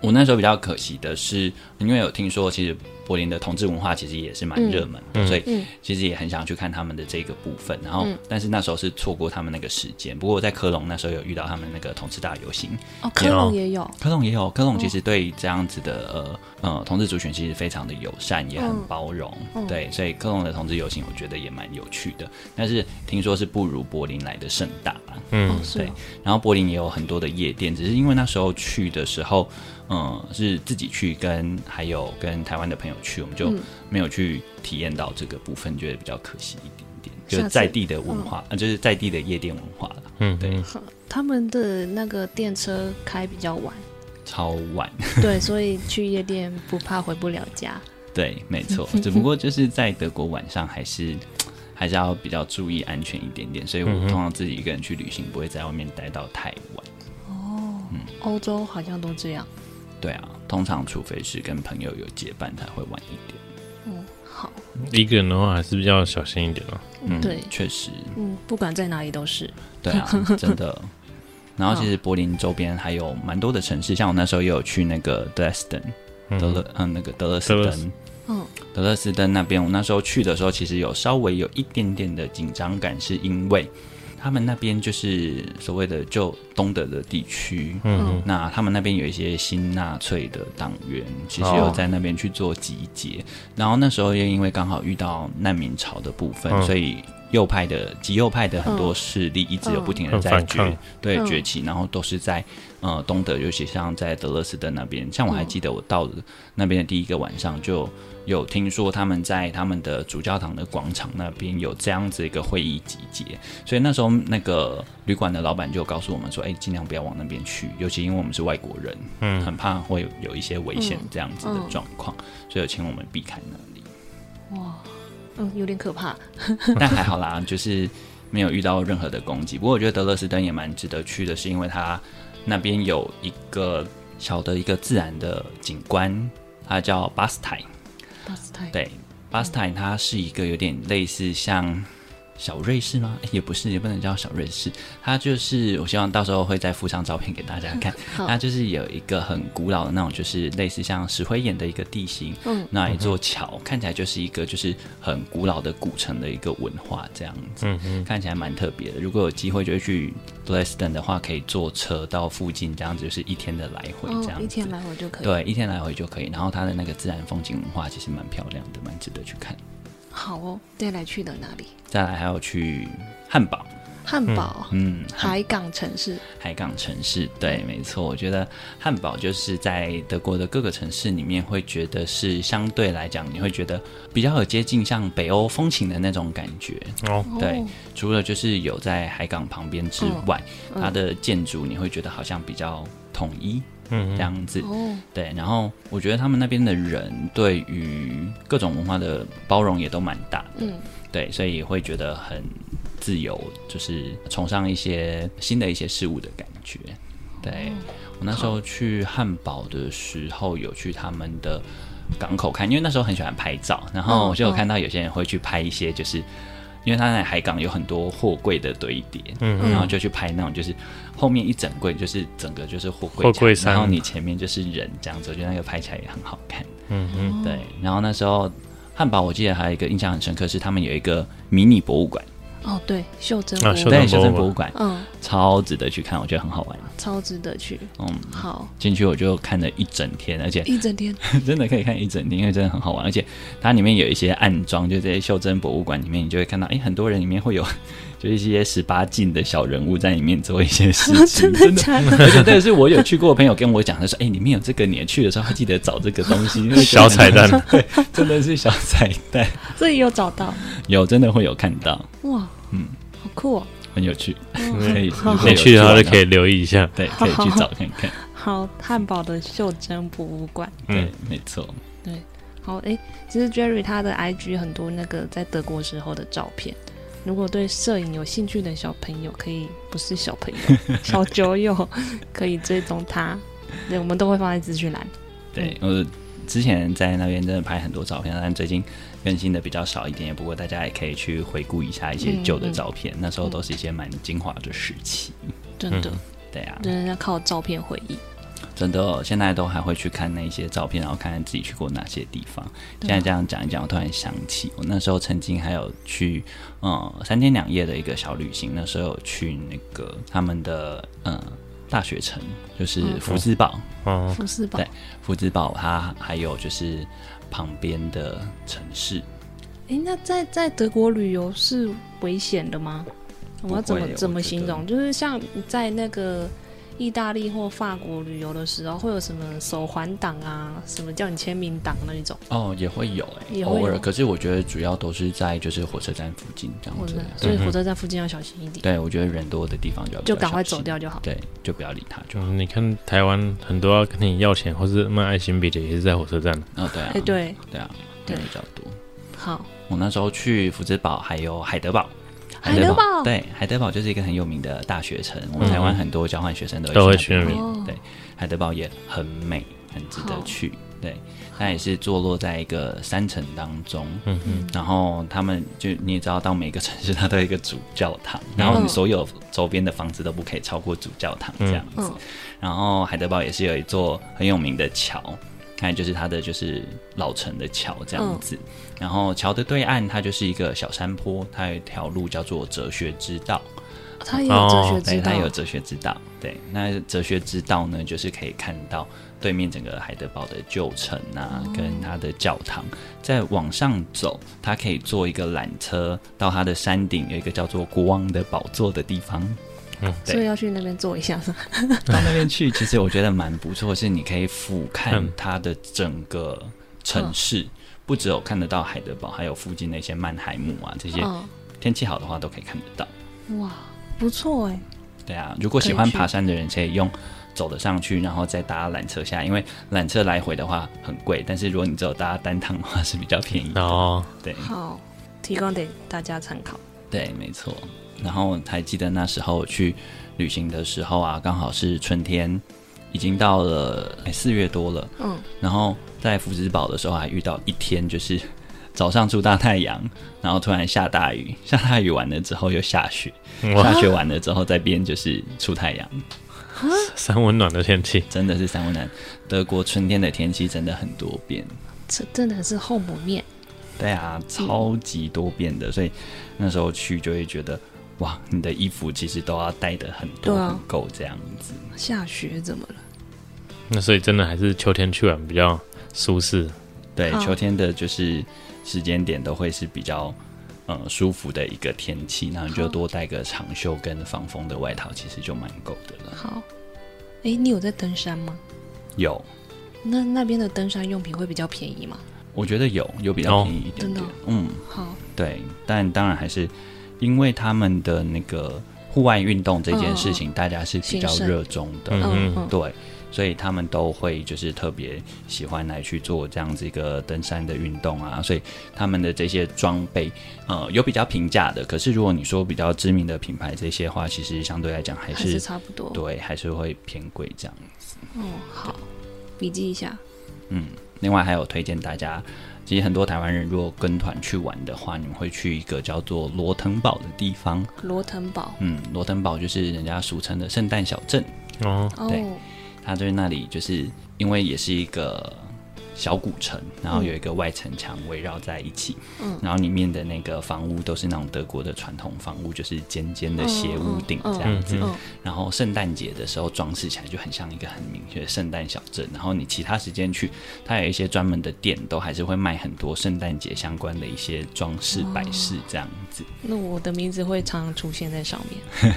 Speaker 2: 我那时候比较可惜的是，因为有听说其实柏林的同志文化其实也是蛮热门的，
Speaker 3: 嗯
Speaker 2: 所以其实也很想去看他们的这个部分。然后，但是那时候是错过他们那个时间。不过我在科隆那时候有遇到他们那个同志大游行，
Speaker 1: 哦，科隆也有，
Speaker 2: 科隆也有，科隆其实对这样子的呃呃同志族群其实非常的友善，也很包容，对，所以科隆的同志游行我觉得也蛮有趣的，但是听说是不如柏林来的盛大啦。
Speaker 1: 哦
Speaker 3: 嗯，
Speaker 1: 是哦，
Speaker 2: 然后柏林也有很多的夜店，只是因为那时候去的时候，嗯，是自己去跟还有跟台湾的朋友去，我们就没有去体验到这个部分，觉得比较可惜一点点，就是
Speaker 1: 下次
Speaker 2: 在地的文化，呃就是在地的夜店文化啦，
Speaker 3: 嗯，
Speaker 2: 对，
Speaker 1: 好他们的那个电车开比较晚，
Speaker 2: 超晚。
Speaker 1: 对，所以去夜店不怕回不了家。
Speaker 2: 对，没错，只不过就是在德国晚上还是还是要比较注意安全一点点，所以我通常自己一个人去旅行不会在外面待到太晚。
Speaker 1: 欧洲好像都这样。
Speaker 2: 对啊，通常除非是跟朋友有结伴才会晚一点。
Speaker 1: 嗯，好，
Speaker 3: 一个人的话还是比较小心一点哦。
Speaker 2: 嗯，
Speaker 1: 对
Speaker 2: 确实，
Speaker 1: 嗯，不管在哪里都是。
Speaker 2: 对啊，真的。然后其实柏林周边还有蛮多的城市，像我那时候也有去那个 Dresden，德勒嗯那个德勒斯
Speaker 3: 德勒斯
Speaker 2: 登，
Speaker 1: 嗯，
Speaker 2: 德勒斯登那边，我那时候去的时候，其实有稍微有一点点的紧张感，是因为他们那边就是所谓的就东德的地区，
Speaker 3: 嗯
Speaker 2: 那他们那边有一些新纳粹的党员，其实有在那边去做集结。然后那时候又因为刚好遇到难民潮的部分，
Speaker 3: 嗯
Speaker 2: 所以右派的极右派的很多势力一直有不停的
Speaker 3: 嗯
Speaker 2: 在
Speaker 3: 很反
Speaker 2: 崛、
Speaker 3: 抗
Speaker 2: 对
Speaker 1: 嗯
Speaker 2: 崛起，然后都是在呃东德，尤其像在德勒斯登那边。像我还记得我到那边的第一个晚上就。有听说他们在他们的主教堂的广场那边有这样子一个会议集结，所以那时候那个旅馆的老板就告诉我们说，哎、尽量不要往那边去，尤其因为我们是外国人，
Speaker 3: 嗯
Speaker 2: 很怕会有一些危险这样子的
Speaker 1: 嗯
Speaker 2: 状况，所以有请我们避开那里。 *laughs*
Speaker 1: 哇，嗯，有点可怕。
Speaker 2: 但还好啦，就是没有遇到任何的攻击。不过我觉得德勒斯登也蛮值得去的，是因为它那边有一个小的一个自然的景观，它叫巴斯泰。
Speaker 1: 巴斯泰，
Speaker 2: 对，巴斯坦它是一个有点类似像小瑞士吗？ *laughs* 诶也不是，也不能叫小瑞士，它就是我希望到时候会再附上照片给大家看。
Speaker 1: *laughs* 好
Speaker 2: 它就是有一个很古老的那种，就是类似像石灰岩的一个地形，
Speaker 1: 嗯，
Speaker 2: 那一座桥看起来就是一个就是很古老的古城的一个文化这样子，
Speaker 3: 嗯嗯，
Speaker 2: 看起来蛮特别的。如果有机会就会去 Bleston 的话，可以坐车到附近，这样子就是一天的来回这
Speaker 1: 哦，
Speaker 2: 样子。
Speaker 1: 一天来回就可以。
Speaker 2: 对，一天来回就可以。然后它的那个自然风景文化其实蛮漂亮的，蛮值得去看。
Speaker 1: 好哦，再来去的哪里？
Speaker 2: 再来还有去汉堡，
Speaker 1: 汉堡、
Speaker 2: 嗯，海
Speaker 1: 海港城市。
Speaker 2: 海港城市，对，没错。我觉得汉堡就是在德国的各个城市里面，会觉得是相对来讲，你会觉得比较有接近像北欧风情的那种感觉。
Speaker 3: 哦，
Speaker 2: 对
Speaker 1: 哦，
Speaker 2: 除了就是有在海港旁边之外，它的建筑你会觉得好像比较统一
Speaker 3: 嗯
Speaker 2: 这
Speaker 3: 嗯，
Speaker 2: 样子。
Speaker 1: 哦，
Speaker 2: 对，然后我觉得他们那边的人对于各种文化的包容也都蛮大的，
Speaker 1: 嗯，
Speaker 2: 对，所以会觉得很自由，就是崇尚一些新的一些事物的感觉。对我那时候去汉堡的时候，有去他们的港口看，因为那时候很喜欢拍照，然后我就有看到有些人会去拍一些，就是因为他在海港有很多货柜的堆叠，
Speaker 3: 嗯
Speaker 2: 然后就去拍那种就是后面一整柜就是整个就是货柜
Speaker 3: 货柜
Speaker 2: 墙
Speaker 3: 山
Speaker 2: 然后你前面就是人这样子，我觉得那个拍起来也很好看。
Speaker 3: 嗯嗯，
Speaker 2: 对，然后那时候汉堡我记得还有一个印象很深刻是他们有一个迷你博物馆，
Speaker 1: 哦，对，袖珍
Speaker 3: 啊
Speaker 1: 国
Speaker 3: 袖
Speaker 2: 对，
Speaker 3: 珍
Speaker 2: 修
Speaker 3: 博物馆
Speaker 2: 正博物馆
Speaker 1: 嗯，
Speaker 2: 超值得去看，我觉得很好玩。
Speaker 1: 超值得去。
Speaker 2: 嗯，
Speaker 1: 好，
Speaker 2: 进去我就看了一整天， *laughs* 而且
Speaker 1: 一整天。
Speaker 2: 真的可以看一整天，因为真的很好玩，而且它里面有一些暗装，就在袖珍博物馆里面，你就会看到，哎、很多人里面会有就是一些十八禁的小人物在里面做一些事 *laughs* 情，哦
Speaker 1: *laughs*
Speaker 2: 真的。
Speaker 1: 假的？
Speaker 2: 而且这个是我有去过的朋友跟我讲，他说：“哎、里面有这个，你去的时候记得找这个东西。”
Speaker 3: 小彩蛋，
Speaker 2: *laughs* 对，真的是小彩蛋，
Speaker 1: 这里有找到
Speaker 2: 有真的会有看到，
Speaker 1: 哇，
Speaker 2: 嗯，
Speaker 1: 好酷哦。
Speaker 2: 很有趣，
Speaker 3: 嗯
Speaker 2: 可 *laughs* 以
Speaker 3: 没去的
Speaker 2: 然
Speaker 3: 话
Speaker 2: 后
Speaker 3: 就可以留意一下。
Speaker 2: 啊对，可以去找看看，
Speaker 1: 好，汉堡的袖珍博物馆。
Speaker 2: 对
Speaker 3: 嗯，
Speaker 2: 没错，
Speaker 1: 好，诶，其实 Jerry 他的 IG 很多那个在德国时候的照片，如果对摄影有兴趣的小朋友，可以不是小朋友，小酒友可以追踪他。对，我们都会放在资讯栏。
Speaker 2: 对我。之前在那边真的拍很多照片，但最近更新的比较少一点，不过大家也可以去回顾一下一些旧的照片，那时候都是一些蛮精华的时期。
Speaker 1: 真的，
Speaker 2: 对啊，
Speaker 1: 真的要靠照片回忆。
Speaker 2: 真的哦，现在都还会去看那些照片，然后看看自己去过哪些地方。现
Speaker 1: 啊
Speaker 2: 在这样讲一讲，我突然想起，我那时候曾经还有去，呃，三天两夜的一个小旅行。那时候有去那个他们的，呃，大学城，就是
Speaker 1: 嗯
Speaker 2: 福斯堡，
Speaker 3: 哦，
Speaker 1: 福斯堡
Speaker 2: 对，福斯堡它还有就是旁边的城市，
Speaker 1: 诶，那在在德国旅游是危险的吗？我们要怎
Speaker 2: 不
Speaker 1: 么
Speaker 2: 会我
Speaker 1: 怎么
Speaker 2: 觉
Speaker 1: 形
Speaker 2: 得
Speaker 1: 容？就是像你在那个意大利或法国旅游的时候，会有什么手环党啊，什么叫你签名党那一种？
Speaker 2: 哦，也会有哎、
Speaker 1: 也会有
Speaker 2: 偶尔。可是我觉得主要都是在就是火车站附近这样
Speaker 1: 或者
Speaker 2: 子。
Speaker 1: 所以
Speaker 2: 对
Speaker 1: 火车站附近要小心一点，
Speaker 2: 对，我觉得人多的地方就要比
Speaker 1: 就
Speaker 2: 较
Speaker 1: 赶快
Speaker 2: 小心
Speaker 1: 走。掉就好。
Speaker 2: 对，就不要理他就
Speaker 3: 就是你看台湾很多要跟你要钱或是卖爱心笔的，也是在火车站。
Speaker 2: 啊、对啊，
Speaker 1: 哎，对，
Speaker 2: 对啊，
Speaker 1: 对
Speaker 2: 对比较多。
Speaker 1: 好，
Speaker 2: 我那时候去福之堡，还有海德堡。
Speaker 1: 海德堡
Speaker 2: 对，海德堡就是一个很有名的大学城，我们
Speaker 3: 嗯
Speaker 2: 台湾很多交换学生都
Speaker 3: 都会
Speaker 2: 去那
Speaker 3: 去
Speaker 2: 边
Speaker 1: 那边
Speaker 2: 对，海德堡也很美，很值得
Speaker 1: 哦好
Speaker 2: 去。对，它也是坐落在一个山城当中。
Speaker 3: 嗯嗯，
Speaker 2: 然后他们就你也知道，到每个城市它都有一个主教堂，
Speaker 1: 嗯
Speaker 2: 然后你所有周边的房子都不可以超过主教堂这样子。
Speaker 1: 嗯
Speaker 2: 然后海德堡也是有一座很有名的桥，看就是它的就是老城的桥这样
Speaker 1: 嗯
Speaker 2: 子。然后桥的对岸它就是一个小山坡，它有一条路叫做哲学之道。
Speaker 1: 他也有哲学
Speaker 2: 哦对，
Speaker 1: 之道，
Speaker 2: 它有哲学之道。对，那哲学之道呢，就是可以看到对面整个海德堡的旧城啊，
Speaker 1: 哦
Speaker 2: 跟它的教堂。再往上走，它可以坐一个缆车到它的山顶，有一个叫做国王的宝座的地方。对
Speaker 1: 所以要去那边坐一下。
Speaker 2: 到那边去，其实我觉得蛮不错，是你可以俯瞰
Speaker 3: 嗯
Speaker 2: 它的整个城市。不只有看得到海德堡，还有附近的一些曼海姆啊，这些
Speaker 1: 嗯，
Speaker 2: 天气好的话都可以看得到。
Speaker 1: 哇，不错哎、
Speaker 2: 对啊，如果喜欢爬山的人可以用走的上去，然后再搭缆车下来，因为缆车来回的话很贵，但是如果你只有搭单趟的话是比较便宜的。
Speaker 3: 然后
Speaker 2: 对
Speaker 1: 好，提供给大家参考。
Speaker 2: 对，没错。然后还记得那时候去旅行的时候啊，刚好是春天，已经到了哎四、月多了。
Speaker 1: 嗯，
Speaker 2: 然后在福之堡的时候还遇到一天，就是 *laughs* 早上出大太阳，然后突然下大雨， *laughs* 下大雨完了之后又下雪，
Speaker 3: 哇，
Speaker 2: 下雪完了之后再变就是出太阳。
Speaker 3: 三温暖的天气，
Speaker 2: 真的是三温暖。德国春天的天气真的很多变，
Speaker 1: 这真的是后母面，
Speaker 2: 对啊，超级多变的，所以那时候去就会觉得，哇，你的衣服其实都要带的很多、
Speaker 1: 对啊
Speaker 2: 很够这样子。
Speaker 1: 下雪怎么了？
Speaker 3: 那所以真的还是秋天去玩比较舒适。
Speaker 2: 对，
Speaker 1: 好
Speaker 2: 秋天的就是时间点都会是比较。呃舒服的一个天气，那你就
Speaker 1: 好
Speaker 2: 多带个长袖跟防风的外套，其实就蛮够的了。
Speaker 1: 好，哎，你有在登山吗？
Speaker 2: 有，
Speaker 1: 那那边的登山用品会比较便宜吗？
Speaker 2: 我觉得有，有比较
Speaker 3: 哦
Speaker 2: 便宜一点
Speaker 1: 真的
Speaker 2: 点。
Speaker 1: 哦
Speaker 2: 嗯，
Speaker 1: 好，
Speaker 2: 对，但当然还是因为他们的那个户外运动这件事情，大家是比较
Speaker 1: 哦兴盛
Speaker 2: 热衷的，
Speaker 3: 嗯
Speaker 1: 嗯嗯，
Speaker 2: 对，所以他们都会就是特别喜欢来去做这样子一个登山的运动啊，所以他们的这些装备，呃，有比较平价的，可是如果你说比较知名的品牌这些话，其实相对来讲还
Speaker 1: 还
Speaker 2: 是
Speaker 1: 是差不多。
Speaker 2: 对，还是会偏贵这样。
Speaker 1: 哦，好，笔记一下。
Speaker 2: 嗯，另外还有推荐大家，其实很多台湾人如果跟团去玩的话，你们会去一个叫做罗腾堡的地方。
Speaker 1: 罗腾堡，
Speaker 2: 嗯，罗登堡就是人家俗称的圣诞小镇，
Speaker 3: 哦，
Speaker 2: 对
Speaker 1: 哦，
Speaker 2: 它对那里就是因为也是一个小古城，然后有一个外城墙围绕在一起，
Speaker 1: 嗯
Speaker 2: 然后里面的那个房屋都是那种德国的传统房屋，就是尖尖的斜屋顶
Speaker 1: 嗯嗯
Speaker 2: 这样子，
Speaker 3: 嗯
Speaker 1: 嗯
Speaker 2: 然后圣诞节的时候装饰起来就很像一个很明确的圣诞小镇，然后你其他时间去，它有一些专门的店都还是会卖很多圣诞节相关的一些装饰摆饰这样子，
Speaker 1: 那我的名字会常常出现在上 *laughs* 面。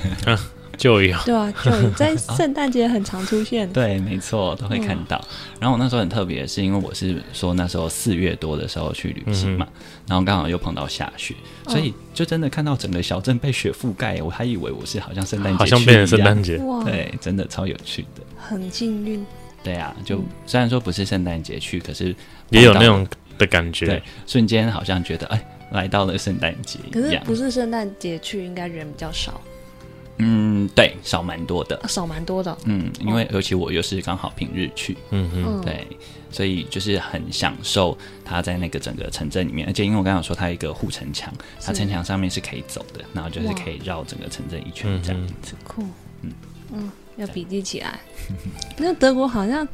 Speaker 3: 就有
Speaker 1: 对啊，
Speaker 2: *laughs*
Speaker 1: 就在圣诞节很常出现。
Speaker 2: 对，没错，都会看到。
Speaker 1: 嗯
Speaker 2: 然后我那时候很特别，是因为我是说那时候四月多的时候去旅行嘛，
Speaker 1: 嗯
Speaker 2: 然后刚好又碰到下雪，所以就真的看到整个小镇被雪覆盖，我还以为我是好像圣诞节
Speaker 3: 好像
Speaker 2: 去
Speaker 3: 变成
Speaker 2: 一
Speaker 3: 圣
Speaker 2: 样
Speaker 3: 诞节，
Speaker 1: 哇，
Speaker 2: 对，真的超有趣的。
Speaker 1: 很幸运。
Speaker 2: 对啊，就虽然说不是圣诞节去，可是
Speaker 3: 也有那
Speaker 2: 碰到
Speaker 3: 种的感觉
Speaker 2: 对。瞬间好像觉得哎，来到了圣诞节
Speaker 1: 可
Speaker 2: 一
Speaker 1: 是
Speaker 2: 样。
Speaker 1: 不是圣诞节去，应该人比较少，
Speaker 2: 嗯，对，少蛮多的
Speaker 1: 啊。少蛮多的。
Speaker 2: 嗯，因为尤其我又是刚好平日去，
Speaker 3: 嗯哼，
Speaker 1: 嗯，，
Speaker 2: 对，所以就是很享受它在那个整个城镇里面，而且因为我刚刚有说它有一个护城墙，它
Speaker 1: 是
Speaker 2: 城墙上面是可以走的，然后就是
Speaker 1: 哇
Speaker 2: 可以绕整个城镇一圈这样子。
Speaker 1: 酷。嗯，要笔记起来。 *laughs* 那德国好像，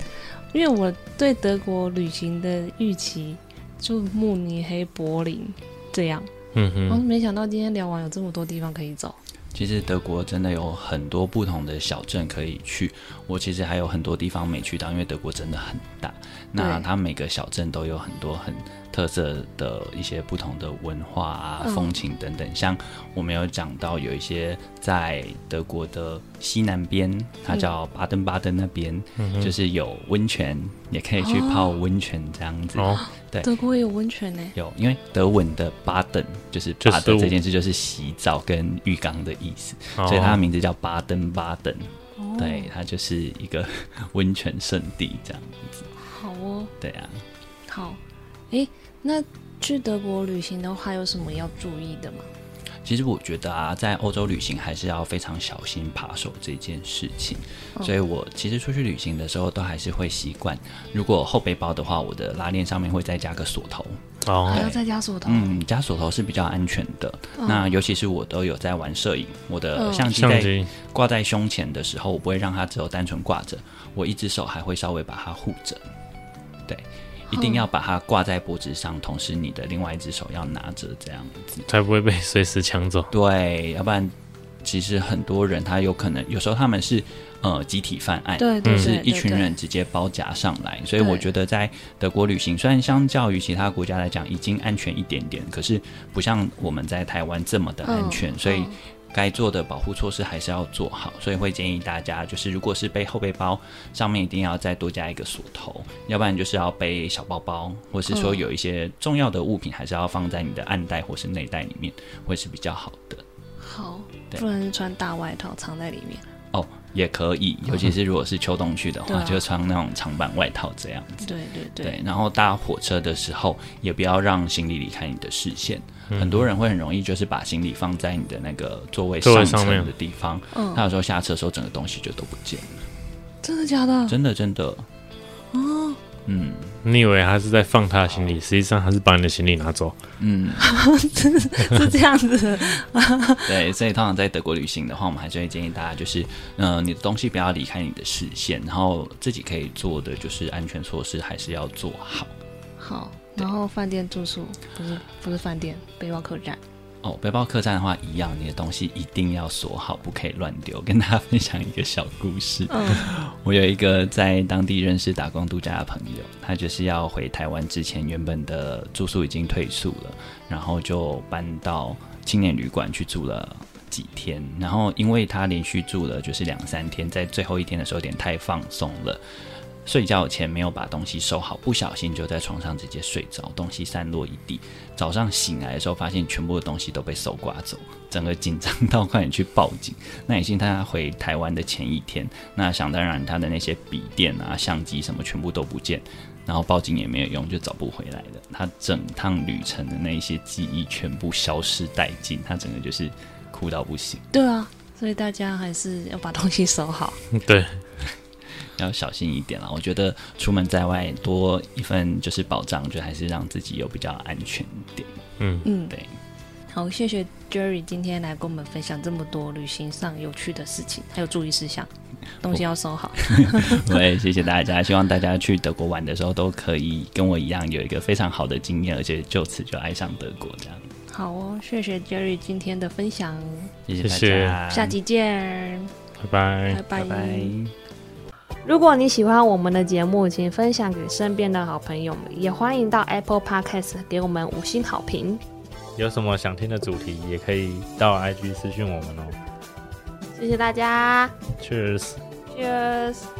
Speaker 1: 因为我对德国旅行的预期就慕尼黑、柏林这样，
Speaker 3: 嗯
Speaker 1: 然后
Speaker 3: 哼，
Speaker 1: 没想到今天聊完有这么多地方可以走。
Speaker 2: 其实德国真的有很多不同的小镇可以去，我其实还有很多地方没去到，因为德国真的很大，那
Speaker 1: 对
Speaker 2: 它每个小镇都有很多很特色的一些不同的文化啊、
Speaker 1: 嗯
Speaker 2: 风情等等。像我们有讲到有一些在德国的西南边，它叫
Speaker 1: 嗯
Speaker 2: 巴登巴登那边，
Speaker 3: 嗯
Speaker 2: 就是有温泉，也可以去泡温泉这样子。
Speaker 3: 哦，
Speaker 2: 对
Speaker 1: 德国也有温泉呢、
Speaker 2: 有，因为德文的巴登就是
Speaker 3: 就是
Speaker 2: 巴登
Speaker 3: 我
Speaker 2: 这件事，就是洗澡跟浴缸的意思。所
Speaker 3: 哦所
Speaker 2: 以它的名字叫巴登巴登。对，它就是一个 *laughs* 温泉圣地，这样。
Speaker 1: 好哦，
Speaker 2: 对啊，
Speaker 1: 好。诶，那去德国旅行的话，有什么要注意的吗？
Speaker 2: 其实我觉得啊，在欧洲旅行还是要非常小心扒手这件事情。所以我其实出去旅行的时候，都还是会习惯，如果后背包的话，我的拉链上面会再加个锁头。
Speaker 1: 还
Speaker 3: 哦，
Speaker 1: 要再加锁头？哦
Speaker 2: 嗯，加锁头是比较安全的。那尤其是我都有在玩摄影，我的
Speaker 1: 嗯
Speaker 2: 相机
Speaker 3: 相
Speaker 2: 在
Speaker 3: 机
Speaker 2: 挂在胸前的时候，我不会让它只有单纯挂着，我一只手还会稍微把它护着。一定要把它挂在脖子上，同时你的另外一只手要拿着，这样子。
Speaker 5: 才不会被随时抢走。
Speaker 2: 对，要不然其实很多人他有可能有时候他们是呃集体犯案，
Speaker 1: 对对
Speaker 5: 嗯
Speaker 2: 是
Speaker 1: 对，
Speaker 2: 一群
Speaker 1: 对
Speaker 2: 人直接包夹上来，所以
Speaker 1: 对
Speaker 2: 我觉得在德国旅行，虽然相较于其他国家来讲已经安全一点点，可是不像我们在台湾这么的安全，
Speaker 1: 嗯
Speaker 2: 所以该做的保护措施还是要做好。所以会建议大家，就是如果是背后背包，上面一定要再多加一个锁头，要不然就是要背小包包，或是
Speaker 1: 嗯
Speaker 2: 说有一些重要的物品还是要放在你的暗袋或是内袋里面，会是比较好的。
Speaker 1: 好，
Speaker 2: 对
Speaker 1: 不然就穿大外套藏在里面。
Speaker 2: 哦，也可以，尤其是如果是秋冬去的
Speaker 1: 嗯对
Speaker 2: 话，
Speaker 1: 啊
Speaker 2: 就穿那种长版外套这样子。
Speaker 1: 对对对，
Speaker 2: 对，然后搭火车的时候也不要让行李离开你的视线。很多人会很容易就是把行李放在你的那个座位
Speaker 5: 嗯座位上
Speaker 2: 上层
Speaker 5: 面
Speaker 2: 的地方，
Speaker 1: 嗯
Speaker 2: 他有时候下车的时候整个东西就都不见了，
Speaker 1: 真的假的？
Speaker 2: 真的真的。嗯
Speaker 5: 你以为他是在放他的行
Speaker 3: 哦
Speaker 5: 李，实际上他是把你的行李拿走。
Speaker 2: 嗯，
Speaker 1: *laughs* 是这样子的，
Speaker 2: 对，所以通常在德国旅行的话，我们还是会建议大家就是，呃，你的东西不要离开你的视线，然后自己可以做的就是安全措施还是要做好。
Speaker 1: 好。然后饭店住宿不是不是饭店，背包客栈。
Speaker 2: 哦，背包客栈的话一样，你的东西一定要锁好，不可以乱丢。跟大家分享一个小故事。我有一个在当地认识打工度假的朋友，他就是要回台湾之前，原本的住宿已经退宿了，然后就搬到青年旅馆去住了。几天，然后因为他连续住了就是两三天，在最后一天的时候有点太放松了，睡觉前没有把东西收好，不小心就在床上直接睡着，东西散落一地。早上醒来的时候，发现全部的东西都被搜刮走，整个紧张到快点去报警。那也幸他回台湾的前一天，那想当然他的那些笔电啊、相机什么全部都不见，然后报警也没有用，就找不回来了。他整趟旅程的那一些记忆全部消失殆尽，他整个就是哭到不行，
Speaker 1: 对啊，所以大家还是要把东西收好。
Speaker 3: 嗯
Speaker 5: 对，
Speaker 2: 要小心一点啦。我觉得出门在外多一份就是保障，就还是让自己有比较安全一点。
Speaker 5: 嗯，
Speaker 1: 嗯，
Speaker 2: 对。
Speaker 1: 好，谢谢 Jerry 今天来跟我们分享这么多旅行上有趣的事情，还有注意事项，东西要收好。
Speaker 2: *laughs* 对，谢谢大家，希望大家去德国玩的时候都可以跟我一样有一个非常好的经验，而且就此就爱上德国这样。
Speaker 1: 好哦，谢谢 Jerry 今天的分享，
Speaker 2: 谢谢大
Speaker 5: 谢谢
Speaker 2: 家，
Speaker 1: 下集见，
Speaker 5: 拜拜。
Speaker 2: 嗯拜拜。
Speaker 4: 如果你喜欢我们的节目，请分享给身边的好朋友们，也欢迎到 Apple Podcast 给我们五星好评。
Speaker 3: 有什么想听的主题，也可以到 IG 私讯我们哦。
Speaker 4: 谢谢大家
Speaker 3: Cheers。
Speaker 4: ，Cheers。